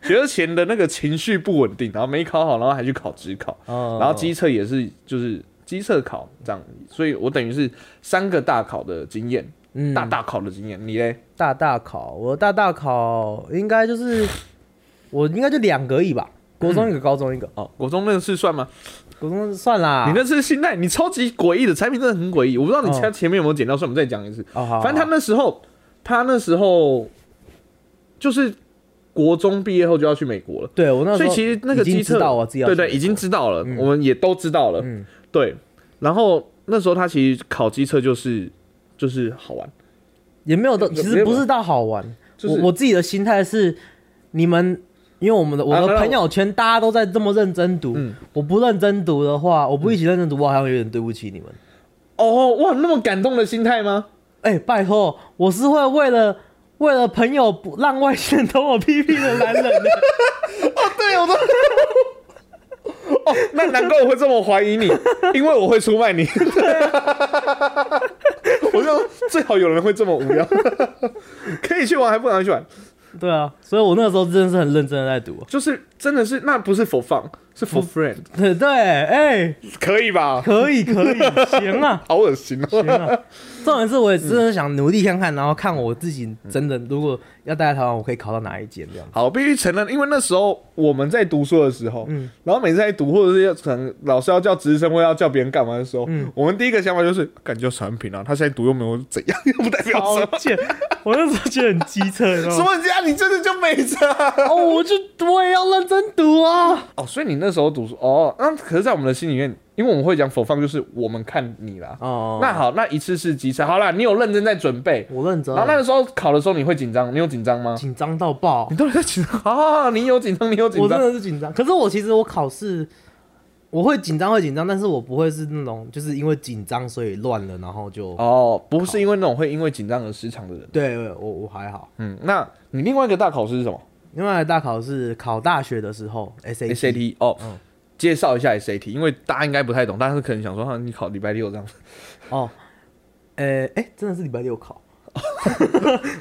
D: 学车前的那个情绪不稳定，然后没考好，然后还去考职考，
A: 哦
D: 然后机测也是就是机测考这样，所以我等于是三个大考的经验，
A: 嗯
D: 大大考的经验。你嘞？
A: 大大考，我大大考应该就是我应该就两个亿吧，国中一个，高中一个，
D: 哦，国中那次算吗？
A: 国中算啦。
D: 你那次心态，你超级诡异的，产品真的很诡异。我不知道你
A: 啊哦
D: 前前面有没有剪掉，算我们再讲一次。
A: 哦，好，
D: 反正他
A: 好
D: 那时候，他那时候就是国中毕业后就要去美国了，
A: 对我那时
D: 所以
A: 候
D: 其实那个
A: 已经
D: 机
A: 知
D: 测，
A: 道我自己要
D: 对
A: 去
D: 对，
A: 美
D: 已经
A: 国
D: 知道了，
A: 嗯
D: 我们也都知道了，
A: 嗯
D: 对。然后那时候他其实考机测就是就是好玩，
A: 也没有到，其
D: 没
A: 实
D: 有
A: 不是到好玩。
D: 就是
A: 我我自己的心态是，你们因为我们的我
D: 啊
A: 的
D: 那我
A: 朋友圈大家都在这么认真读，
D: 嗯
A: 我不认真读的话，我不一起认真读，我好像有点对不起你们。
D: 哦哇，那么感动的心态吗？
A: 哎、拜托，我是会为了为了朋友不让外星人捅我屁屁的男人的。
D: *laughs*
A: 啊
D: 对，我都。哦，那难怪我会这么怀
A: *laughs*
D: 疑你，因为我会出卖你。 *laughs* 我就最好有人会这么无聊， *laughs* 可以去玩还不敢去玩，
A: 对啊，所以我那个时候真的是很认真的在读。
D: 就是真的是那不是 for fun，是 for friend，
A: 对对，哎、
D: 嗯可以吧？ *laughs*
A: 可以可以，行啊。
D: 好恶心哦！
A: 行啊， *laughs* 重点是我也真的想努力看看，然后看我自己真
D: 嗯
A: 的如果要待在台湾，我可以考到哪一间这样。
D: 好，必须承认，因为那时候我们在读书的时候，
A: 嗯
D: 然后每次在读或者是要可能老师要叫值日生或要叫别人干嘛的时候，
A: 嗯
D: 我们第一个想法就是感觉产品啊，他现在读又没有怎样，又不代表什
A: 好
D: *laughs* 么。
A: 贱！我那时候觉得很机车，你知
D: 什
A: 道吗？
D: 么家？你真的就没差
A: 哦，我就我也要认真读啊！
D: *laughs* 哦？所以你那时候读书哦，那可是，在我们的心里面，因为我们会讲否放，就是我们看你啦。
A: 哦，
D: 那好，那一次是机车，好啦，你有认真在准备。
A: 我认真
D: 然后，那个时候考的时候，你会紧张？你有紧张吗？
A: 紧张到爆
D: 你，到底在紧张啊？你有紧张，你有紧
A: 我真
D: 张。
A: 的是紧张。可是我其实我考试我会紧张会紧张，但是我不会是那种就是因为紧张所以乱了，然后就、
D: 哦，不是因为那种会因为紧张而失常的人。
A: 对我我还好。
D: 嗯，那你另外一个大考试是什么
A: 另外大考是考大学的时候，SAT，,
D: ？SAT 哦。
A: 嗯
D: 介绍一下 SAT，因为大家应
A: *laughs*
D: 该不太懂，但是可能想说，哈、你考礼拜六这样，
A: 哦，呃，哎、真的是礼拜六考。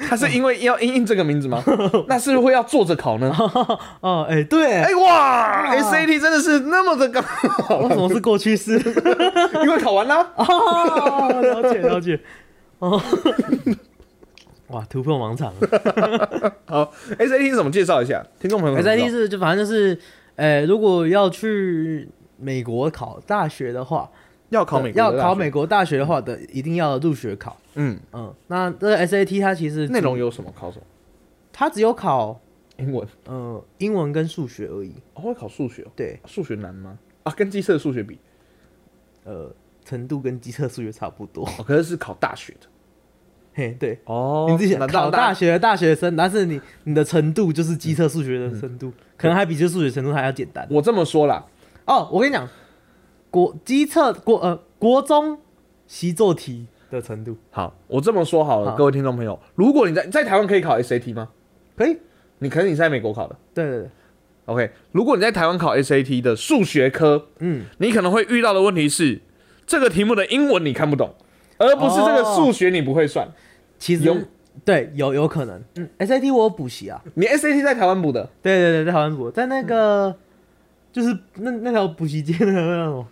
D: 他是因为要因应这个名
A: *laughs*
D: 字吗？那是不是会要坐着考呢？
A: 哦，哎、对，
D: 哎、
A: 啊
D: 哇，SAT 真的是那么的高， *laughs*
A: 我怎么是过去式？
D: 因为考完啦、
A: 哦，了解了解。哦，哇，突破盲场了。
D: 好，SAT 是怎么介绍一下？听众朋友们
A: SAT
D: 知道
A: 是就反正就是，呃，如果要去美国考大学的话，
D: 要考美国，
A: 要考美，国大学的话的，一定要入学考。
D: 嗯，
A: 嗯，那这个 SAT 它其实
D: 内容，有什么考什么？
A: 它只有考
D: 英文，
A: 呃英文跟数学而已。
D: 我、会考数学、哦，
A: 对，
D: 数学难吗？啊，跟机测的数学比，
A: 呃，程度跟机测数学差不多。
D: 哦，可是是考大学的
A: 嘿，对。
D: 哦
A: 你自己想
D: 难
A: 考
D: 道
A: 大学的大学生，但是你你的程度就是机测数学的程
D: 嗯
A: 度，可能还比这数学程度还要简单。
D: 我这么说啦，
A: 哦，我跟你讲，国机测国呃国中习作题的程度
D: 好，我这么说好了，
A: 好
D: 各位听众朋友，如果你在在台湾可以考 SAT 吗？
A: 可以，
D: 你可能你是在美国考的
A: 对对对，
D: ，OK？如果你在台湾考 SAT 的数学科，
A: 嗯，
D: 你可能会遇到的问题是，这个题目的英文你看不懂，而不是这个
A: 哦
D: 数学你不会算。
A: 其实
D: 有
A: 对有有可能，嗯，SAT 我有补习啊，
D: 你 SAT 在台湾补的，
A: 对对对，在台湾补，在那个、
D: 嗯
A: 就是那那条补习街的那个什么，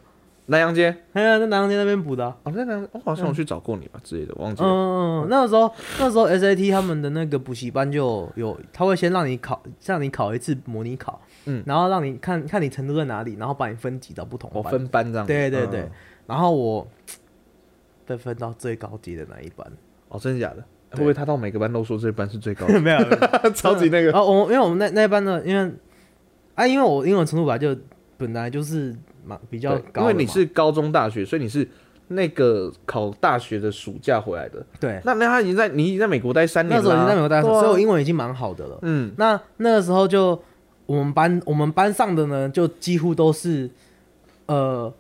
D: 南洋街
A: 还有在南洋街那边补的啊、
D: 哦，在南洋，我、好像我去找过你吧、之类的，忘记了。
A: 嗯，嗯嗯，那个时候那时候 SAT 他们的那个补习班就有，他会先让你考，让你考一次模拟考，
D: 嗯
A: 然后让你看看你程度在哪里，然后把你分级到不同
D: 我、
A: 的班。
D: 哦分班这样子。
A: 对对对，
D: 嗯
A: 然后我被分到最高级的那一班，
D: 哦，真的假的？会不会他到每个班都说这班是
A: *laughs*
D: 最高的？
A: 没有没有
D: 超级那个
A: 然后哦我因为我们那那一班呢，因为啊，因为我英文程度本来就本来就是蛮比较
D: 对
A: 高的
D: 因
A: 嘛，
D: 为你是高中大学，所以你是那个考大学的暑假回来的。
A: 对
D: 那那他已经在你已经在美国待三
A: 那
D: 年
A: 时
D: 了
A: 候
D: 啊、
A: 已经在美国大学，
D: 对啊
A: 所以我英文已经蛮好的了。
D: 嗯，
A: 那那个时候就我们班我们班上的呢，就几乎都是，呃，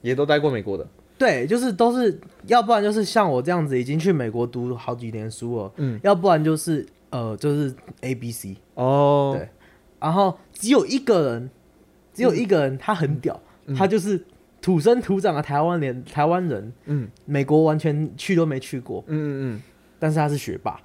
D: 也都待过美国的。
A: 对，就是都是，要不然就是像我这样子已经去美国读好几年书了，
D: 嗯，
A: 要不然就是呃，就是 A B C，
D: 哦
A: 对然后只有一个人，只有一个人他很屌，
D: 嗯
A: 他就是土生土长的台湾人，台湾人，
D: 嗯
A: 美国完全去都没去过，
D: 嗯嗯嗯，
A: 但是他是学霸，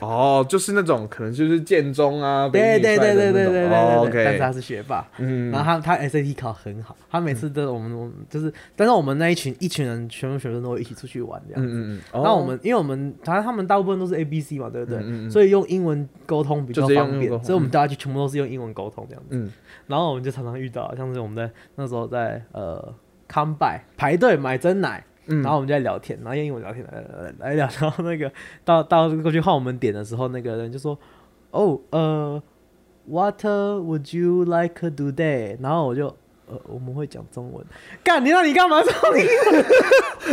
D: 哦，就是那种可能就是建中啊，
A: 对
D: 北
A: 对
D: 女
A: 对
D: 帅的
A: 对对
D: 那
A: 对
D: 种
A: 对
D: 哦
A: 对对，但是他
D: ，OK，
A: 是学霸。
D: 嗯
A: 然后他他 SAT 考很好，他每次都我们我们就是，但是我们那一群一群人全部学生都会一起出去玩这样。
D: 嗯嗯嗯，哦
A: 那我们因为我们反正他们大部分都是 A B C 嘛，对不对？
D: 嗯嗯嗯
A: 所以用英文沟通比较
D: 就直接用
A: 方
D: 英文沟
A: 便，
D: 通
A: 所以我们大家就全部都是用英文沟通这样子。
D: 嗯
A: 然后我们就常常遇到，像是我们在那时候在呃康拜排队买真奶，
D: 嗯
A: 然后我们就在聊天，然后用英文聊天来来来来聊，然后那个到 *laughs* 到过去换我们点的时候，那个人就说：“哦，呃，What would you like today？” 然后我就呃我们会讲中文，干你那你干嘛 *laughs* 中
D: *laughs*
A: 英文？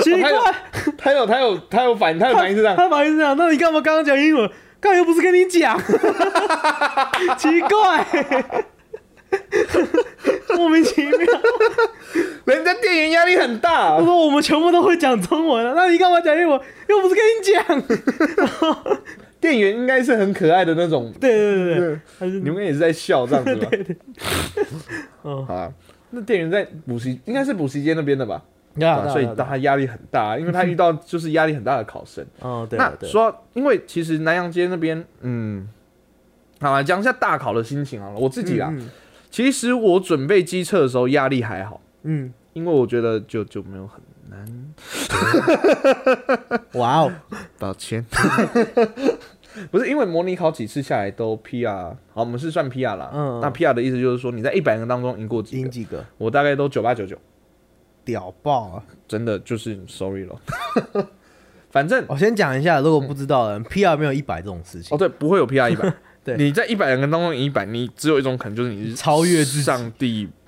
A: 奇怪，
D: 他有他有他有反他有反应是这样，
A: 他反应是这样，那你干嘛刚刚讲英文？刚又不是跟你讲， *laughs* 奇怪，莫名其妙。
D: 人家店员压力很大
A: 他，说我们全部都会讲中文啊了，那你干嘛讲英文？又不是跟你讲。
D: 店员应该是很可爱的那种，
A: 对对对对，他
D: 你
A: 是
D: 们也是在笑这样 *laughs* 子吧？
A: 嗯
D: 好啊，那店员在补习应该是补习街那边的吧？
A: 对
D: 对啊所以他压力很大，因为他遇到就是压力很大的考生。
A: 哦对
D: 那
A: 啊对啊，
D: 说到，因为其实南洋街那边，嗯，好来讲一下大考的心情好了。我自己啊，
A: 嗯
D: 其实我准备机测的时候压力还好，
A: 嗯，
D: 因为我觉得就就没有很难。
A: 嗯 *laughs* 哇哦，
D: 抱
A: *laughs*
D: 歉，不是因为模拟考几次下来都 PR，好，我们是算 PR 啦。
A: 嗯
D: 那 PR 的意思就是说你在一百个当中赢过几
A: 赢
D: 个？
A: 几个
D: 我大概都九八九九，
A: 屌爆啊！
D: 真的就是 sorry 咯。 *laughs* 反正
A: 我先讲一下，如果不知道的人，PR 没有一百这种事
D: 嗯哦，
A: 情，
D: 对，不会有 PR 一百。
A: *laughs* 对
D: 你在一百人当中赢一百，你只有一种可能就是你是
A: 超越自己
D: 上帝， *laughs*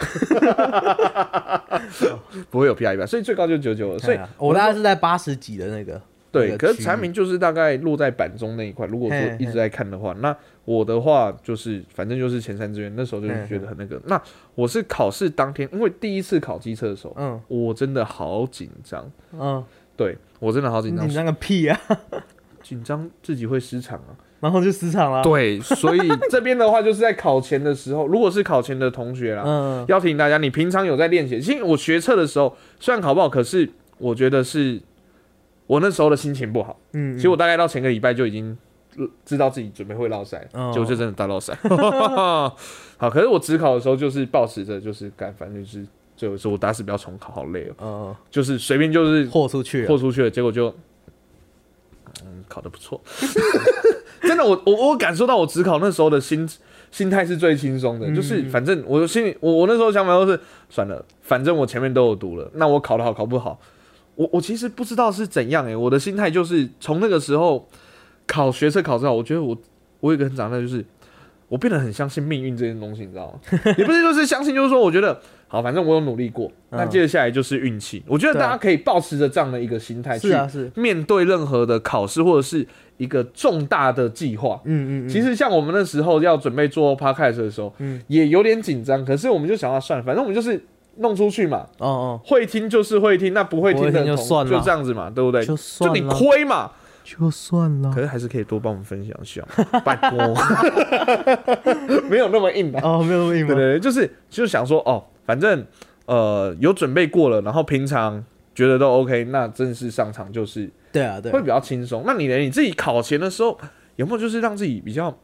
D: 不会有 PR 一百，所以最高就是九九了。所以
A: 哎呀我大概是在八十几的那个，那
D: 对，
A: 个
D: 可
A: 区
D: 是
A: 域
D: 产品就是大概落在板中那一块。如果说
A: 嘿
D: 一直在看的话，那我的话就是反正就是前三志愿，那时候就是
A: 嘿
D: 觉得很那个。那我是考试当天，因为第一次考机车的时候，
A: 嗯
D: 我真的好紧张，
A: 嗯，
D: 对我真的好紧张
A: 你，那个屁啊，
D: 紧张自己会失常啊。
A: 然后就失场了，
D: 对，啊 *laughs*
A: *laughs*
D: 所以这边的话就是在考前的时候，如果是考前的同学啦，
A: 嗯，
D: 要提醒大家，你平常有在练习。其实我学测的时候，虽然考不好，可是我觉得是我那时候的心情不好。
A: 嗯嗯，
D: 其实我大概到前个礼拜就已经呃知道自己准备会落赛，
A: 哦
D: 结果就真的大落赛。 *laughs* 好，可是我只考的时候就是抱持着就是干，反正就是最后说我打死不要重考，好累哦，
A: 嗯
D: 就是随便就是
A: 豁出去了，
D: 豁出去了，结果就，嗯，考得不错。 *laughs* 真的，我我我感受到我只考那时候的心心态是最轻松的，
A: 嗯
D: 就是反正我心里我我那时候想法都是算了，反正我前面都有读了，那我考得好考不好，我我其实不知道是怎样欸诶、我的心态就是从那个时候考学测考试好，我觉得我我有一个很长的就是。我变得很相信命运这件东西，你知
A: *laughs*
D: 道吗？也不是就是相信，就是说，我觉得好，反正我有努力过，那
A: 嗯
D: 接下来就是运气。我觉得
A: 对啊
D: 大家可以保持着这样的一个心态
A: 是
D: 去
A: 啊是，
D: 面对任何的考试或者是一个重大的计划。
A: 嗯嗯嗯，
D: 其实像我们那时候要准备做 podcast 的时候，
A: 嗯
D: 也有点紧张，可是我们就想要算了，反正我们就是弄出去嘛，
A: 哦哦，
D: 会听就是会听，那不会听
A: 不
D: 的
A: 会听就
D: 同
A: 算了
D: 就这样子嘛，对不对？
A: 就
D: 就
A: 算了
D: 你亏嘛，
A: 就算了
D: 可，是还是可以多帮我们分享一下， *laughs* 拜托，没有那么硬的、
A: 哦，没有那么硬吗？
D: 对对对，就是就是想说哦，反正呃有准备过了，然后平常觉得都 OK，那正式上场就是
A: 对啊对啊
D: 会比较轻松。那你呢？你自己考前的时候有没有就是让自己比较？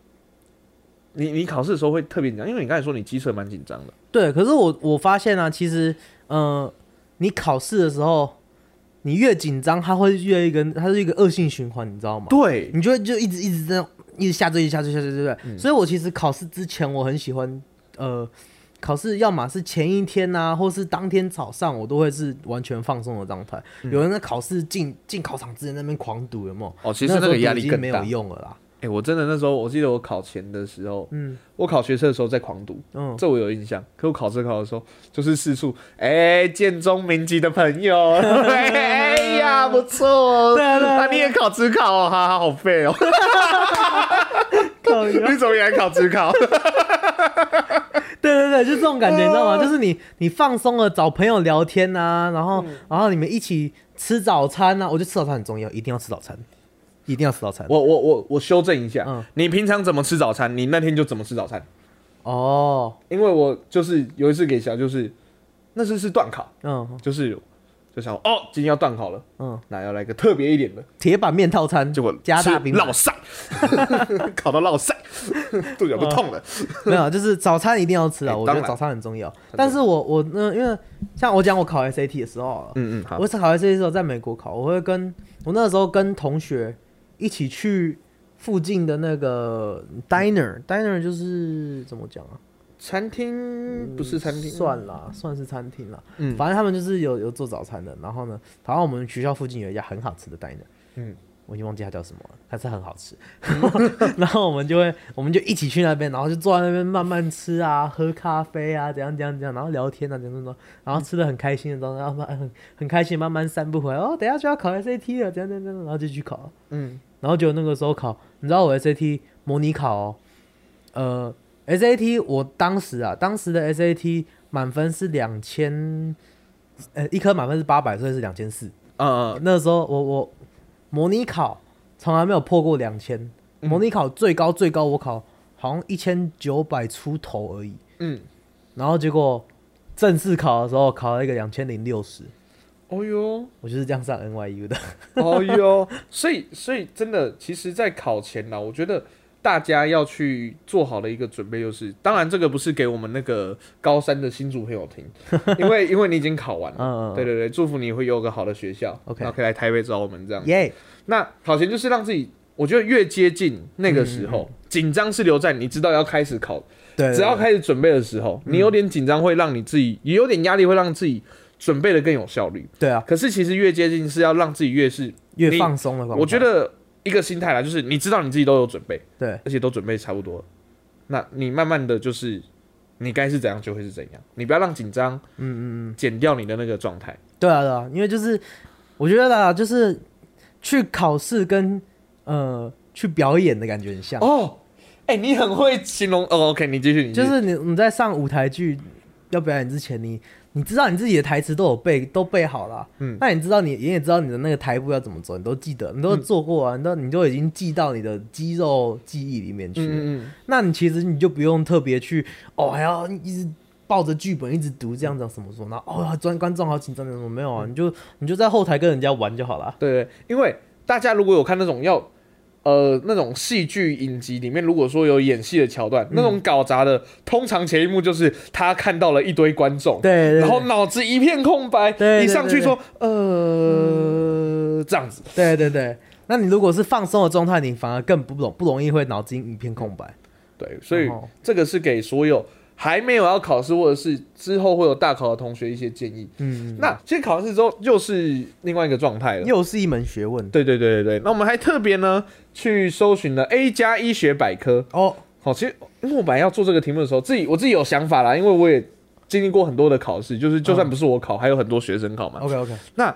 D: 你你考试的时候会特别紧张，因为你刚才说你机测蛮紧张的。
A: 对，可是我我发现啊，其实，呃，你考试的时候，你越紧张，它会越一个，它是一个恶性循环，你知道吗？
D: 对，
A: 你就会就一直一直这样，一直下坠，一直下坠，下坠，对不对？
D: 嗯
A: 所以我其实考试之前，我很喜欢，呃，考试要么是前一天呐、或是当天早上，我都会是完全放松的状态。
D: 嗯
A: 有人在考试进进考场之前在那边狂赌，有没有？
D: 哦，其
A: 时候赌已经没有用了啦。
D: 哎、我真的那时候，我记得我考前的时候，
A: 嗯
D: 我考学测的时候在狂读，
A: 嗯，
D: 这我有印象。可我考试考的时候，就是四处哎、建中民籍的朋友， *laughs* 哎呀不错哦，
A: 对啊对啊
D: 那你也考职考哦，哈哈好废哦，
A: 靠腰
D: 你怎么也来考职考？
A: 对对对，就这种感觉，你知道
D: 啊
A: 吗？就是你你放松了，找朋友聊天呐、然
D: 嗯
A: 后、然后你们一起吃早餐呐、啊我觉得吃早餐很重要，一定要吃早餐，一定要吃早餐。
D: 我我我我修正一下，
A: 嗯
D: 你平常怎么吃早餐，你那天就怎么吃早餐。
A: 哦，
D: 因为我就是有一次给小，就是那次是断考，
A: 嗯
D: 就是就想哦，今天要断考了，
A: 嗯，
D: 那要来个特别一点的。
A: 铁板面套餐，
D: 结果
A: 加大
D: 吃
A: 冰
D: 落
A: 奶，
D: 塞，考到落塞，肚脚不痛了。 *laughs*
A: 没有，就是早餐一定要吃
D: 哎
A: 啊，我觉
D: 当
A: 得
D: 然
A: 早餐很重要。但是我我呢，因为像我讲我考 SAT 的时候啊，
D: 嗯嗯，好
A: 我，是考 SAT 的时候在美国考，我会跟我那时候跟同学一起去附近的那个 diner diner 就是怎么讲啊？
D: 餐厅不是餐厅，
A: 算啦，算是餐厅啦。
D: 嗯
A: 反正他们就是有有做早餐的。然后呢，反正我们学校附近有一家很好吃的 diner，
B: 嗯，
A: 我已经忘记它叫什么了，但是很好
D: *laughs*
A: 吃。然后我们就会，我们就一起去那边，然后就坐在那边慢慢吃啊，喝咖啡啊，怎样怎样怎样，然后聊天啊，怎样怎样，然后吃的很开心的，然后慢很很开心，慢慢散步回来。哦，等一下就要考 SAT 了，怎样怎样怎样，然后就去考了。
D: 嗯，
A: 然后就那个时候考，你知道我 SAT 模拟考、哦，呃，SAT 我当时啊，当时的 SAT 满分是两千，呃，一科满分是八百，所以是两千四。
D: 呃，
A: 那时候我我模拟考从来没有破过两千，
D: 嗯
A: 模拟考最高最高我考好像一千九百出头而已，
D: 嗯，
A: 然后结果正式考的时候考了一个两千零六十，
D: 哦哟，
A: 我就是这样上
D: *laughs*
A: NYU 的。
D: 哦哟，所以所以真的，其实，在考前呢，我觉得大家要去做好的一个准备，就是，当然这个不是给我们那个高三的新竹朋友听，因为因为你已经考完
A: 嗯嗯
D: 了，
A: 嗯
D: 对对对，祝福你会有个好的学校
A: OK
D: 然后可以来台北找我们这样子。
A: 耶、
D: 那考前就是让自己，我觉得越接近那个时
A: 嗯
D: 候，紧张是留在你知道要开始考
A: 对，
D: 只要开始准备的时候，你有点紧张，会让你自己也有点压力，会让自己准备的更有效率。
A: 对啊，
D: 可是其实越接近是要让自己越是，
A: 越
D: 你
A: 放松了。
D: 我觉得一个心态啦，就是你知道你自己都有准备，
A: 对，
D: 而且都准备差不多了，那你慢慢的就是你该是怎样就会是怎样，你不要让紧张
A: 嗯嗯嗯，
D: 减掉你的那个状态。
A: 对啊对啊，因为就是我觉得啊，就是去考试跟呃去表演的感觉很像，
D: 哦，哎、你很会形容哦。OK，你继续，你继
A: 就
D: 续
A: 是你你在上舞台剧要表演之前，你你知道你自己的台词都有背都背好了，
D: 嗯
A: 那你知道你你也知道你的那个台步要怎么走，你都记得，你都做过啊，
D: 嗯
A: 你都你都已经记到你的肌肉记忆里面去了，
D: 嗯嗯嗯，
A: 那你其实你就不用特别去哦，还要一直抱着剧本一直读这样子什么什么，然后哦，专观众好紧张什么没有啊？你就你就在后台跟人家玩就好了。
D: 对对，因为大家如果有看那种要。呃，那种戏剧影集里面，如果说有演戏的桥段，那种搞砸的，通常前一幕就是他看到了一堆观众，
A: 对对
D: 然后脑子一片空白，
A: 对对
D: 一上去
A: 对
D: 说呃这样子，
A: 对对对，那你如果是放松的状态，你反而更不容不容易会脑筋一片空白。
D: 对，所以
A: 然后
D: 这个是给所有还没有要考试或者是之后会有大考的同学一些建议。
A: 嗯，
D: 那其实考完试之后又是另外一个状态了。
A: 又是一门学问
D: 对对对对对，那我们还特别呢去搜寻了 A 加医学百科。
A: 哦。
D: 好，其实因为我本来要做这个题目的时候，自己我自己有想法啦，因为我也经历过很多的考试，就是就
A: 哦
D: 算不是我考，还有很多学生考嘛。
A: OK OK，
D: 那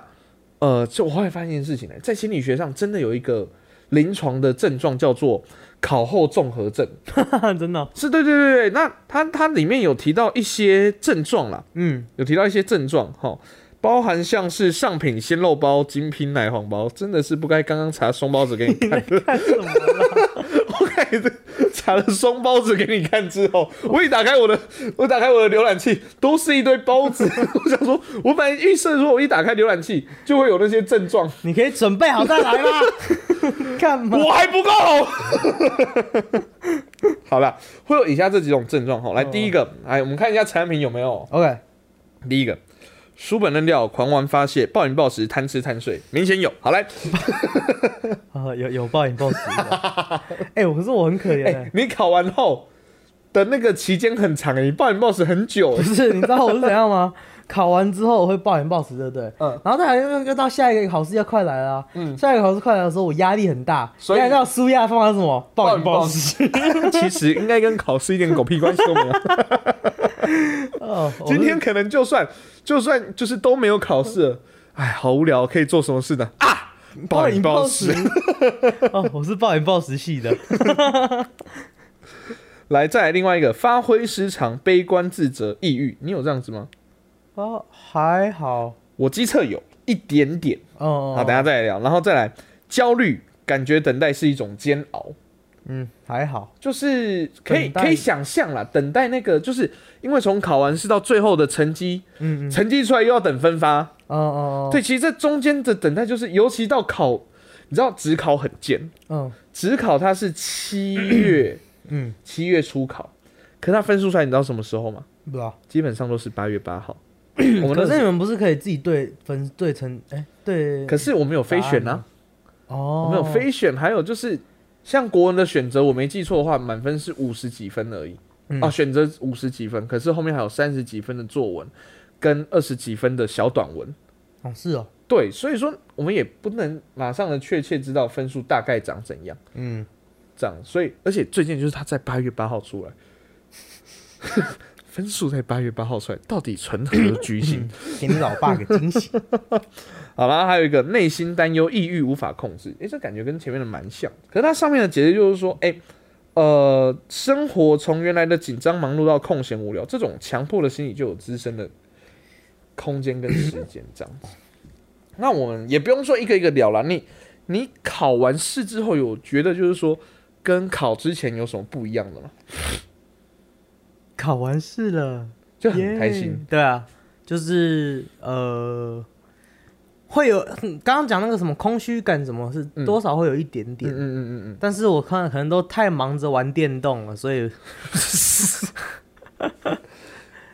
D: 呃，就我后来发现一件事情呢，在心理学上真的有一个临床的症状叫做考后综合症，
A: *laughs* 真的哦、
D: 是对对对对。那它它里面有提到一些症状啦，
A: 嗯，
D: 有提到一些症状哈。包含像是上品鲜肉包、精品奶黄包，真的是不该刚刚查松包子给你看的。
A: 看什么了？
D: *laughs* 我开始查了松包子给你看之后，我一打开我的，我打开我的浏览器，都是一堆包 *laughs* 子。我想说，我本来预设说，我一打开浏览器就会有那些症状，
A: *laughs* 你可以准备好再来吗？ *laughs* 干嘛？
D: 我还不够好。 *laughs* 好了，会有以下这几种症状哈。来，第一个，哎，我们看一下产品有没有。
A: OK，
D: 第一个，书本扔掉，狂玩发泄，暴饮暴食，贪吃贪睡，明显有。好来，
A: 啊，有有暴饮暴食 *laughs* 的。哎、我可是我很可怜、
D: 哎、
A: 欸。
D: 你考完后的那个期间很长，你暴饮暴食很久
A: 不。是，你知道我是怎样吗？考完之后我会暴饮暴食，对不对？
D: 嗯
A: 然后再来又又到下一个考试要快来了啊、下一个考试快来的时候，我压力很大，
D: 所以
A: 压力到舒压的方法是什么？暴饮暴食。
D: 食，
A: *laughs*
D: 其实应该跟考试一点狗屁关系都没有。
A: 哦，我是
D: 今天可能就算就算就是都没有考试了，哎，好无聊，可以做什么事呢？啊，暴饮暴食。。 *laughs*
A: 哦，我是暴饮暴食系的。
D: 来，再来另外一个，发挥失常、悲观、自责、抑郁，你有这样子吗？
A: 哦，还好。
D: 我机测有一点点，
A: 哦，
D: 好，等一下再来聊，然后再来焦虑，感觉等待是一种煎熬，
A: 嗯，还好，
D: 就是可以
A: 等待
D: 可以想象啦，等待那个，就是因为从考完试到最后的成绩，
A: 嗯嗯，
D: 成绩出来又要等分发，
A: 哦哦，
D: 对，其实这中间的等待就是，尤其到考，你知道职考很贱，
A: 嗯，
D: 职考它是七月，
A: 嗯，
D: 七月初考，可它分数出来，你知道什么时候吗？
A: 不知道。
D: 基本上都是八月
A: *coughs*
D: 八号。我们
A: 啊可
D: 那时
A: 是
D: 候
A: 你们不是可以自己对分对成？哎，对，
D: 可是我们有非选啊，
A: 哦，
D: 我们有非选，还有就是像国文的选择，我没记错的话，满分是五十几分而已。
A: 嗯
D: 啊，选择五十几分，可是后面还有三十几分的作文，跟二十几分的小短文。
A: 哦，是哦，
D: 对，所以说我们也不能马上的确切知道分数大概长怎样，
A: 嗯，
D: 这样。所以，而且最近就是他在八月八号出来，分数在八月八号出来，到底存何居心？
A: 给你老爸个惊
D: *laughs*
A: 喜。
D: 好啦，还有一个内心担忧、抑郁无法控制，诶、这感觉跟前面的蛮像。可是它上面的解释就是说，诶、呃，生活从原来的紧张忙碌到空闲无聊，这种强迫的心理就有滋生的空间跟时间这样子。 *coughs* 那我们也不用说一个一个聊了，你你考完试之后有觉得就是说跟考之前有什么不一样的吗？
A: 考完试了，
D: 就很开心。
A: 耶对啊，就是呃，会有刚刚讲那个什么空虚感，什么是
D: 嗯
A: 多少会有一点
D: 嗯
A: 点。
D: 嗯嗯嗯嗯，
A: 但是我看可能都太忙着玩电动了，所以， *laughs*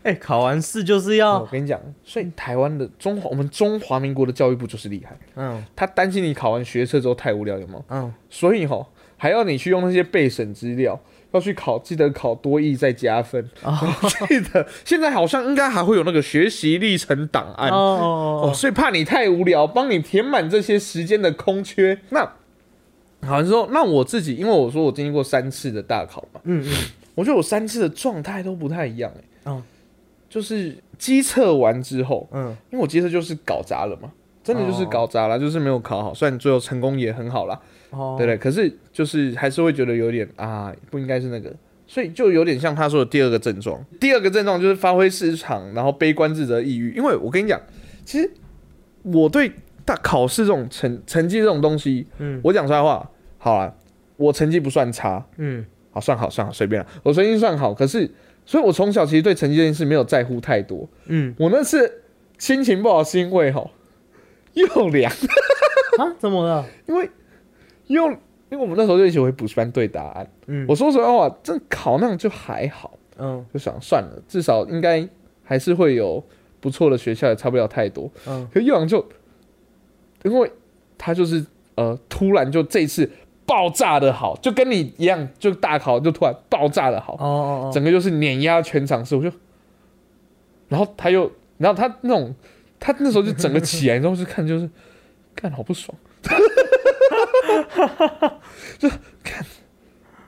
A: 哎、考完试就是
D: 我
A: 要，
D: 跟你讲，所以台湾的中华，我们中华民国的教育部就是厉害。
A: 嗯
D: 他担心你考完学测之后太无聊，有吗？
A: 嗯，
D: 所以吼，还要你去用那些备审资料，要去考，记得考多益再加分。
A: 哦
D: *laughs* 记得现在好像应该还会有那个学习历程档案
A: 哦
D: 哦
A: 哦哦，
D: 所以怕你太无聊，帮你填满这些时间的空缺。那好像说，那我自己，因为我说我经历过三次的大考嘛，
A: 嗯
D: 我觉得我三次的状态都不太一样、欸，
A: 哦
D: 就是机测完之后，
A: 嗯
D: 因为我接着就是搞砸了嘛，真的就是
A: 哦
D: 搞砸了，就是没有考好，虽然最后成功也很好啦，
A: 嗯，哦，
D: 对不对？可是就是还是会觉得有点啊，不应该是那个，所以就有点像他说的第二个症状，第二个症状就是发挥失常，然后悲观自责、抑郁。因为我跟你讲，其实我对大考试这种成成绩这种东西，
A: 嗯
D: 我讲出来的话，好啊，我成绩不算差，
A: 嗯
D: 好算好算好，随便了，我成绩算好，可是。所以，我从小其实对成绩这件事没有在乎太多，
A: 嗯
D: 我那次心情不好是因为吼又凉，
A: 啊，怎么了？
D: 因为又因为我们那时候就一起回补习班对答案。
A: 嗯
D: 我说实在话，这考那样就还好，
A: 嗯
D: 就想算了，至少应该还是会有不错的学校，也差不了太多。
A: 嗯，
D: 可又阳就呃因为他就是呃突然就这一次爆炸的好，就跟你一样，就大考就突然爆炸的好
A: 哦。哦哦，
D: 整个就是碾压全场式，我就，然后他又，然后他那种，他那时候就整个起来，然后就看就是，看好不爽， *laughs* 就看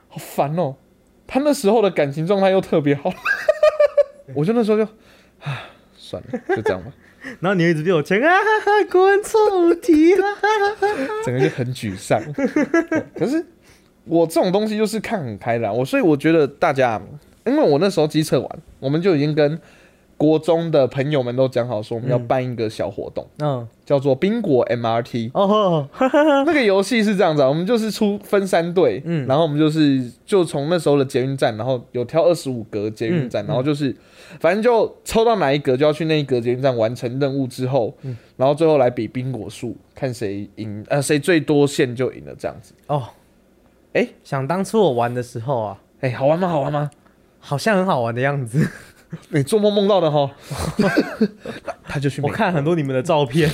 D: 好烦哦。他那时候的感情状态又特别好，我就那时候就，啊，算了，就这样吧，
A: 然后你又一直被我牵啊哈哈，滚错五题了，
D: 整个就很沮丧。可是我这种东西就是看很开朗，我所以我觉得大家，因为我那时候机测完，我们就已经跟国中的朋友们都讲好，说我们要办一个小活动，
A: 嗯，
D: 叫做宾果 MRT。
A: 哦吼，
D: 那个游戏是这样子、啊，我们就是出分三队，
A: 嗯
D: 然后我们就是就从那时候的捷运站，然后有挑二十五格捷运
A: 嗯
D: 站，然后就是反正就抽到哪一格就要去那一格捷运站完成任务之后，然后最后来比宾果数，看谁赢，呃，谁最多线就赢了这样子。
A: 哦，
D: 哎
A: 想当初我玩的时候啊，
D: 哎、好玩吗？好玩吗？
A: 好像很好玩的样子。哎
D: 你做梦梦到
A: *laughs*
D: 的哈，他就去美
A: 我看很多你们的照 *laughs* 片，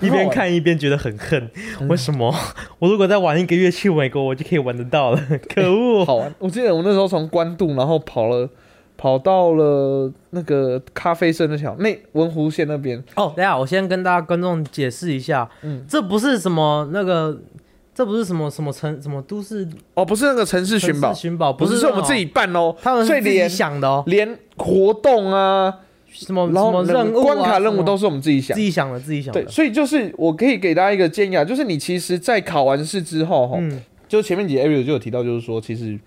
A: 一边看一边觉得很恨。为什么？我如果再晚一个月去美国，我就可以玩得到了。 *laughs* 可恶！
D: 好玩。我记得我那时候从关渡，然后跑了，跑到了那个咖啡色那条内文湖线那边。
A: 哦，等一下，我先跟大家观众解释一下，这不是什么那个，这不是什么什么城什么都市
D: 哦，不是那个城市
A: 城
D: 寻
A: 市
D: 宝，
A: 寻宝，
D: 不
A: 不
D: 是是
A: 那
D: 我们
A: 种
D: 自己，办哦，
A: 他们
D: 所
A: 是
D: 以
A: 自己
D: 连
A: 想的哦，
D: 连活动啊，
A: 什么
D: 然
A: 什
D: 后
A: 么任务啊、
D: 关卡任务
A: 什么
D: 都是我们自己想
A: 自。己想的，自己想的
D: 对，。所以就是我可以给大家一个建议啊，就是你其实，在考完试之后，哈、
A: 嗯
D: 就前面几 a r e a 就有提到，就是说，其实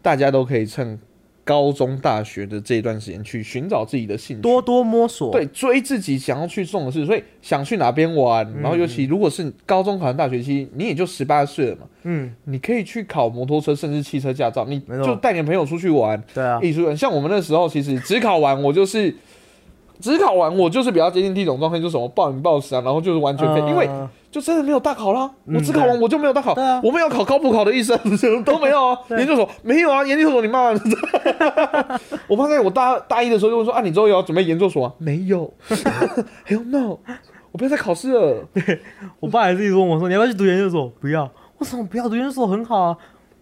D: 大家都可以趁高中、大学的这一段时间去寻找自己的兴趣，
A: 多多摸索，
D: 对，追自己想要去做的事，所以想去哪边玩，
A: 嗯
D: 然后尤其如果是高中考上大学期，你也就十八岁了嘛，
A: 嗯，
D: 你可以去考摩托车甚至汽车驾照，你
A: 没错
D: 就带你的朋友出去玩，
A: 对啊，
D: 艺术人。像我们那时候其实只考完，我就是只考完，我就是比较接近第一种状态，就是什么暴饮暴食啊，然后就是完全废，因为
A: 呃
D: 就真的没有大考啦。
A: 嗯
D: 我只考完我就没有大考，
A: 对啊
D: 我没有考高普考的意思，
A: *laughs*
D: 都没有啊。研究所没有啊，研究所你骂人。我发现我大大一的时候就会说啊，你之后有要准备研究所啊？没
A: *laughs*
D: 有，Hell no，我不要再考试了。
A: 我爸还是一直问我说：“你要不要去读研究所？”不要，为什么不要？读研究所很好啊！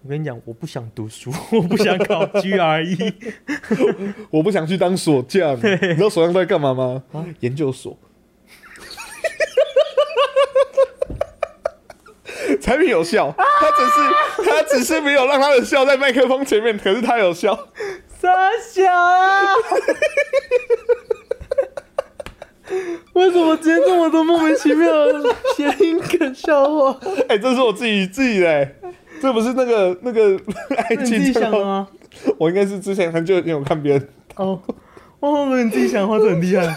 A: 我跟你讲，我不想读书，我不想考 E GRE。
D: 我不想去当锁 *laughs* 匠，你知道锁匠都在干嘛吗？研究所。
A: *laughs*
D: 产品有效，他只啊是他只是没有让他的笑在麦克风前面，可是他有笑。
A: *laughs* 傻小啊！ *laughs* 为什么今天这么多莫名其妙的谐音梗笑话？
D: *laughs* 哎、这是我自己自己的、欸，这不是那个那个 *laughs* 爱
A: 你自己
D: 情
A: 想的
D: 账号
A: 吗？
D: 我应该是之前很久以前有看别人，
A: 哦，哦，你自己想的话真的很厉
D: *laughs*
A: 害。
D: 哦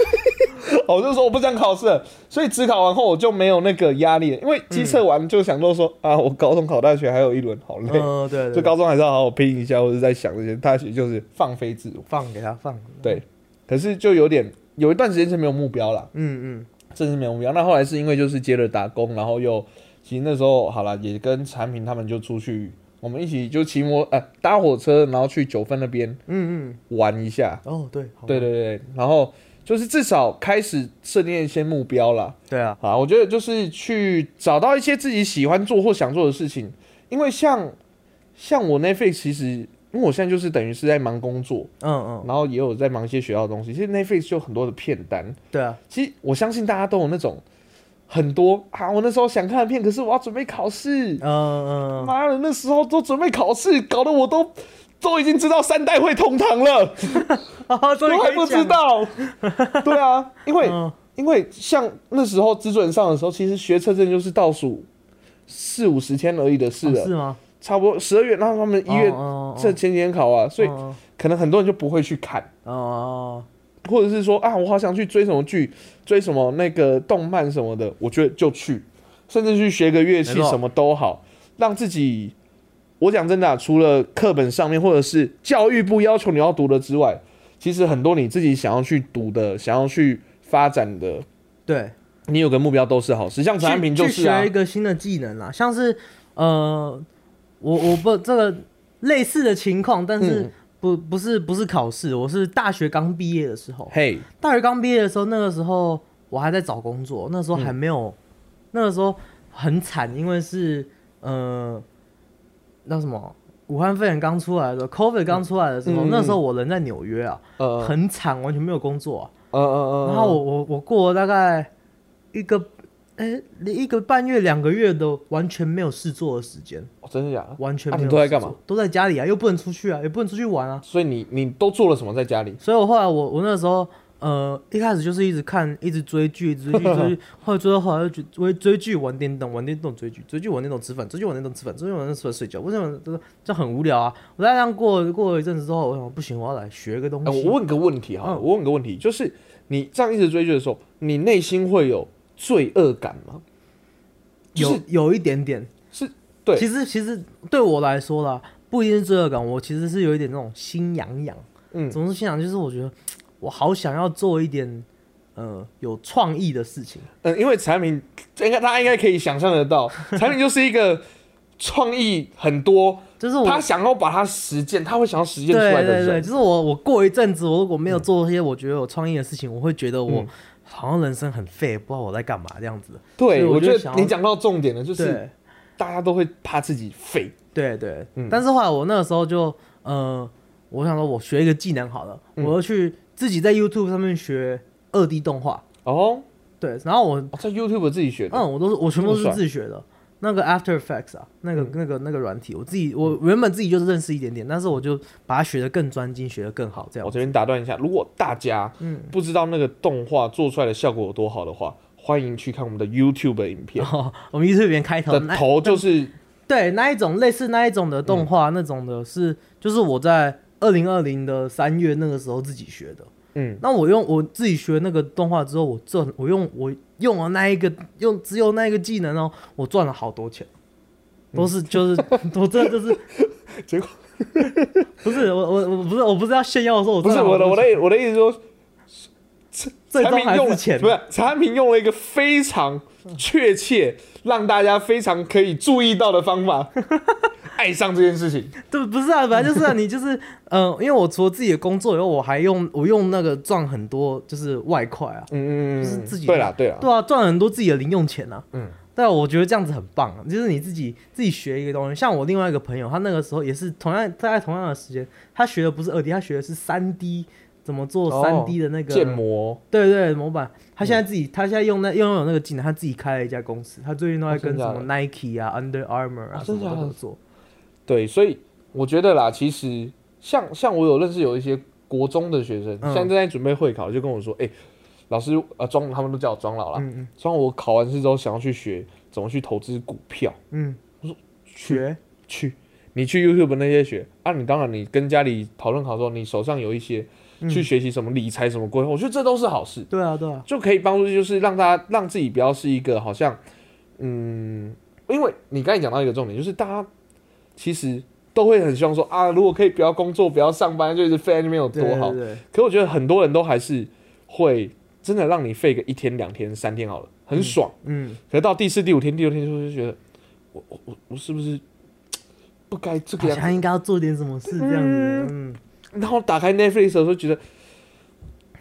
D: 我就说我不想考试了，所以只考完后我就没有那个压力了，因为机测完就想到说、啊，我高中考大学还有一轮，好累。
A: 嗯，对对
D: 就
A: 对，
D: 高中还是要好好拼一下，或者在想这些。大学就是放飞自我，
A: 放给他放。嗯
D: 对。可是就有点有一段时间是没有目标啦，
A: 嗯
D: 真是没有目标。那后来是因为就是接了打工，然后又其实那时候好了，也跟产品他们就出去，我们一起就骑摩呃搭火车，然后去九份那边
A: 嗯嗯，
D: 玩一下。
A: 哦对，好
D: 对对对，然后就是至少开始设定一些目标啦。
A: 对啊，
D: 啊，我觉得就是去找到一些自己喜欢做或想做的事情，因为像像我 Netflix 其实，因为我现在就是等于是在忙工作，
A: 嗯嗯，
D: 然后也有在忙一些学校的东西。其实 Netflix 就有很多的片单，
A: 对啊，
D: 其实我相信大家都有那种很多啊，我那时候想看的片，可是我要准备考试，
A: 嗯嗯，
D: 妈的，那时候都准备考试，搞得我都都已经知道三代会同堂了，
A: 啊， *laughs* 终于
D: 都
A: 可
D: 还
A: 以
D: 不知
A: 讲了，
D: 道。
A: *laughs*
D: 对啊，因为。
A: 嗯
D: 因为像那时候资准上的时候，其实学车证就是倒数四五十天而已的事
A: 哦
D: 了，
A: 是吗？
D: 差不多十二月，然后他们一月
A: 哦哦哦
D: 这前几天考啊，所以
A: 哦
D: 可能很多人就不会去看，
A: 哦哦，
D: 或者是说啊，我好想去追什么剧，追什么那个动漫什么的，我觉得就去，甚至去学个乐器
A: 没错
D: 什么都好，让自己。我讲真的啊、除了课本上面或者是教育部要求你要读的之外，其实很多你自己想要去读的、想要去发展的
A: 对，
D: 你有个目标都是好事，像陈安平就
A: 去
D: 是啊
A: 学一，个新的技能啦，像是呃，我我不这个类似的情况，但是
D: 嗯
A: 不不是不是考试，我是大学刚毕业的时候，
D: 嘿，
A: 大学刚毕业的时候，那个时候我还在找工作，那时候
D: 嗯
A: 还没有，那个时候很惨，因为是呃，那什么。武汉肺炎刚出来的时候，COVID 刚出来的时候，
D: 嗯嗯
A: 那时候我人在纽约啊，
D: 呃
A: 很惨，完全没有工作啊、
D: 呃呃
A: 然后我我我过了大概一个，哎、一个半月两个月的完全没有事做的时间，
D: 我真的假的？
A: 完全
D: 啊
A: 没有、
D: 你都在干嘛？
A: 都在家里啊，又不能出去啊，也不能出去玩啊。
D: 所以你你都做了什么在家里？
A: 所以我后来我我那时候呃一开始就是一直看，一直追剧，一直追剧追剧，后来追到后来就追追剧玩电动，玩电动追剧，追剧玩电动吃饭，追剧玩电动吃饭，追剧玩电动吃饭睡觉，为什么这这很无聊啊？我在这样过过一阵子之后，我想不行，我要来学个东
D: 哎，
A: 西。
D: 我问个问题哈，
A: 嗯
D: 我问个问题，就是你这样一直追剧的时候，你内心会有罪恶感吗？就是
A: 有有一点点，
D: 是，对，
A: 其实其实对我来说啦，不一定是罪恶感，我其实是有一点那种心痒痒。
D: 嗯
A: 怎么是心痒？就是我觉得呃我好想要做一点呃有创意的事情。
D: 嗯，因为产品应该大家应该可以想象
A: *laughs*
D: 得到，产品就是一个创意很多，
A: 就是我
D: 他想要把它实践，他会想要实践出来
A: 对
D: 的
A: 对对，
D: 人。
A: 就是我我过一阵子，我如果没有做一些我觉得有创意的事情，我会觉得我
D: 嗯
A: 好像人生很废，不知道我在干嘛这样子。所以
D: 对，
A: 我
D: 我
A: 就
D: 觉
A: 想
D: 得
A: 要
D: 你讲到重点了，就是
A: 对
D: 大家都会怕自己废。
A: 对对，
D: 嗯
A: 但是后来我那个时候就呃，我想说我学一个技能好了，
D: 嗯
A: 我要去自己在 YouTube 上面学二 D 动画。
D: 哦，
A: 对，然后我
D: 哦在 YouTube 自己学的。
A: 嗯，我都是我全部都
D: 这
A: 是
D: 么爽嗯
A: 自学的。那个 After Effects 啊，那个、那个那个软体，我自己我原本自己就是认识一点点，但是我就把它学得更专精，学得更好，这样
D: 我。这边打断一下，如果大家不知道那个动画做出来的效果有多好的话，欢迎去看我们的 YouTube 的影
A: *laughs*
D: 片
A: *laughs* 然后我们 YouTube 边开头
D: 的
A: 那
D: 头就是嗯
A: 对那一种类似那一种的动画、那种的是，就是我在二零二零的三月那个时候自己学的。
D: 嗯，
A: 那我用我自己学那个动画之后，我赚，我用我用了那一个用只有那一个技能哦，我赚了好多钱，都是就是
D: *laughs*
A: 我真的就是
D: 嗯结果
A: *laughs* 不是我我我不是我不是要炫耀说我
D: 不
A: 赚
D: 是
A: 了
D: 我的
A: 好
D: 我
A: 多
D: 的
A: 钱
D: 我的意思说，
A: 啊最
D: 产
A: 终
D: 品
A: 还
D: 用
A: 是
D: 了
A: 钱
D: 不是产品用了一个非常确切让大家非常可以注意到的
A: *laughs*
D: 方法，爱上这件事情。
A: 对，不是啊，本来就是啊，你就是，嗯、因为我除了自己的工作以后，我还用我用那个赚很多就是外快啊，
D: 嗯嗯嗯
A: 就是
D: 嗯，
A: 自己
D: 对啦对啦，
A: 对啊，赚了很多自己的零用钱啊，
D: 嗯
A: 嗯，对啊，我觉得这样子很棒啊，就是你自己自己学一个东西，像我另外一个朋友，他那个时候也是同样大概同样的时间，他学的不是二 D，他学的是三 D 怎么做三 D 的那个、
D: 哦建模嗯
A: 对对，模板。他现在自己，他现在用那拥有那个技能，他自己开了一家公司。他最近都在
D: 哦真
A: 跟
D: 的
A: 什
D: 假
A: 么 Nike 啊、Under Armour 啊
D: 哦
A: 什
D: 真的
A: 么的
D: 假的
A: 合作。
D: 对，所以我觉得啦，其实像像我有认识有一些国中的学生，
A: 嗯
D: 现在正在准备会考，就跟我说，哎、老师，呃，庄，他们都叫我庄老啦。
A: 嗯嗯
D: 庄、我考完试之后想要去学怎么去投资股票，
A: 嗯，学
D: 去，你去 YouTube 那些学啊，你当然你跟家里讨论好之后，你手上有一些
A: 嗯
D: 去学习什么理财什么规划，我觉得这都是好事。
A: 对啊对啊，
D: 就可以帮助，就是让大家让自己不要是一个好像，嗯，因为你刚才讲到一个重点，就是大家其实都会很希望说啊，如果可以不要工作，不要上班，就是废在那边有多
A: 对
D: 好。
A: 对对
D: 可我觉得很多人都还是会真的让你废个一天、两天、三天好了，很爽。
A: 嗯，
D: 可是到第四、第五天、第六天，就就觉得我我我我是不是不该这个
A: 好
D: 样子
A: 像？应该要做点什么事这样子，嗯，
D: 然后打开 Netflix 的时候，觉得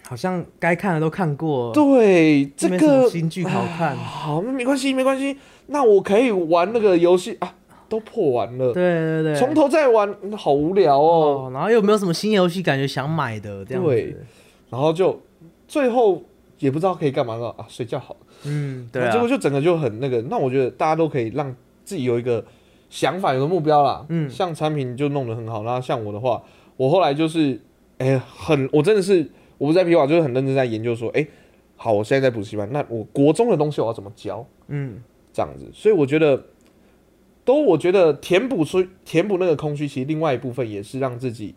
A: 好像该看的都看过，
D: 对这
A: 没什么
D: 个
A: 新剧好看，
D: 好，那没关系，没关系。那我可以玩那个游戏啊，都破完
A: 对
D: 了，
A: 对对，
D: 从头再玩，嗯好无聊哦。
A: 哦，然后又没有什么新游戏，感觉想买的这样
D: 对
A: 子，
D: 然后就最后也不知道可以干嘛了啊，睡觉好了。
A: 嗯，对
D: 然后结
A: 啊
D: 果，就整个就很那个。那我觉得大家都可以让自己有一个想法，有个目标啦。
A: 嗯
D: 像产品就弄得很好，那像我的话，我后来就是，哎、很，我真的是，我不是在皮瓦，就是很认真在研究说，哎、好，我现在在补习班，那我国中的东西我要怎么教？
A: 嗯，
D: 这样子，所以我觉得，都我觉得填补出填补那个空虚，其实另外一部分也是让自己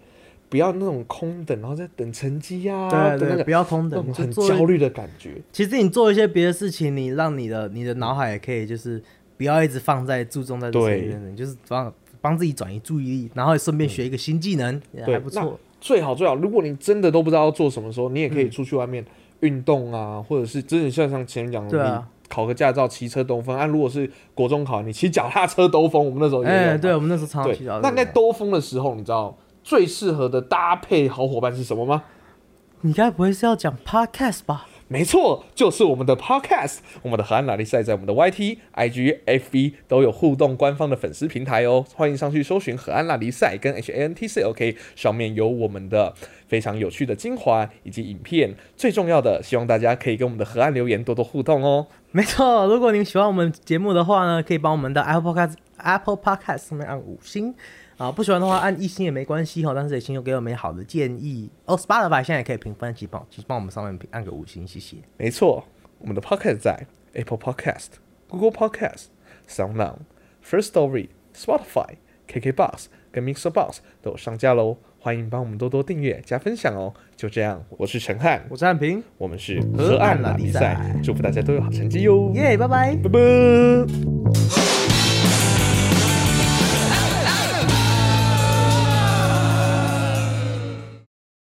D: 不要那种空等，然后再等成绩呀、
A: 对
D: 啊等那
A: 对，
D: 个
A: 不要空
D: 那
A: 等，
D: 种
A: 就
D: 很
A: 做一
D: 焦虑的感觉。
A: 其实你做一些别的事情，你让你的你的脑海也可以就是不要一直放在注重在这
D: 对
A: 些上面，就是帮帮自己转移注意力，然后顺便学一个新技能，也
D: 对
A: 还不错。
D: 最好最好，如果你真的都不知道要做什么的时候，你也可
A: 嗯
D: 以出去外面运动啊，或者是真的像像前面讲
A: 对
D: 的，
A: 啊
D: 你考个驾照骑车兜风啊。如果是国中考，你骑脚踏车兜风，我们那时候也有嘛、
A: 哎、对我们那时候常常
D: 对
A: 提到
D: 那
A: 这
D: 你
A: 个，
D: 在兜风的时候，你知道最适合的搭配好伙伴是什么吗？
A: 你该不会是要讲 podcast 吧？
D: 没错，就是我们的 Podcast，我们的荷兰拉力赛在我们的 YT、IG、FB 都有互动官方的粉丝平台哦，欢迎上去搜寻荷兰拉力赛跟 HANTCLK，上面有我们的非常有趣的精华以及影片。最重要的，希望大家可以跟我们的荷兰留言多多互动哦。
A: *laughs* 没错，如果您喜欢我们节目的话呢，可以帮我们的 Apple Podcast Apple Podcast 上面按五星啊，不喜欢的话按一星也没关系哈，但是也请有给我们好的建议哦。Spotify 现在也可以评分，请帮请帮我们上面评按个五星，谢谢。
D: 没错，我们的 Podcast 在 Apple Podcast、Google Podcast、SoundOn、First Story、Spotify、KKBox 跟 Mixer Box 都有上架喽，欢迎帮我们多多订阅加分享哦。就这样，我是陈汉，
A: 我是汉平，
D: 我们是河岸拉力赛，祝福大家都有好成绩哟，
A: 耶、拜拜。
D: 拜拜。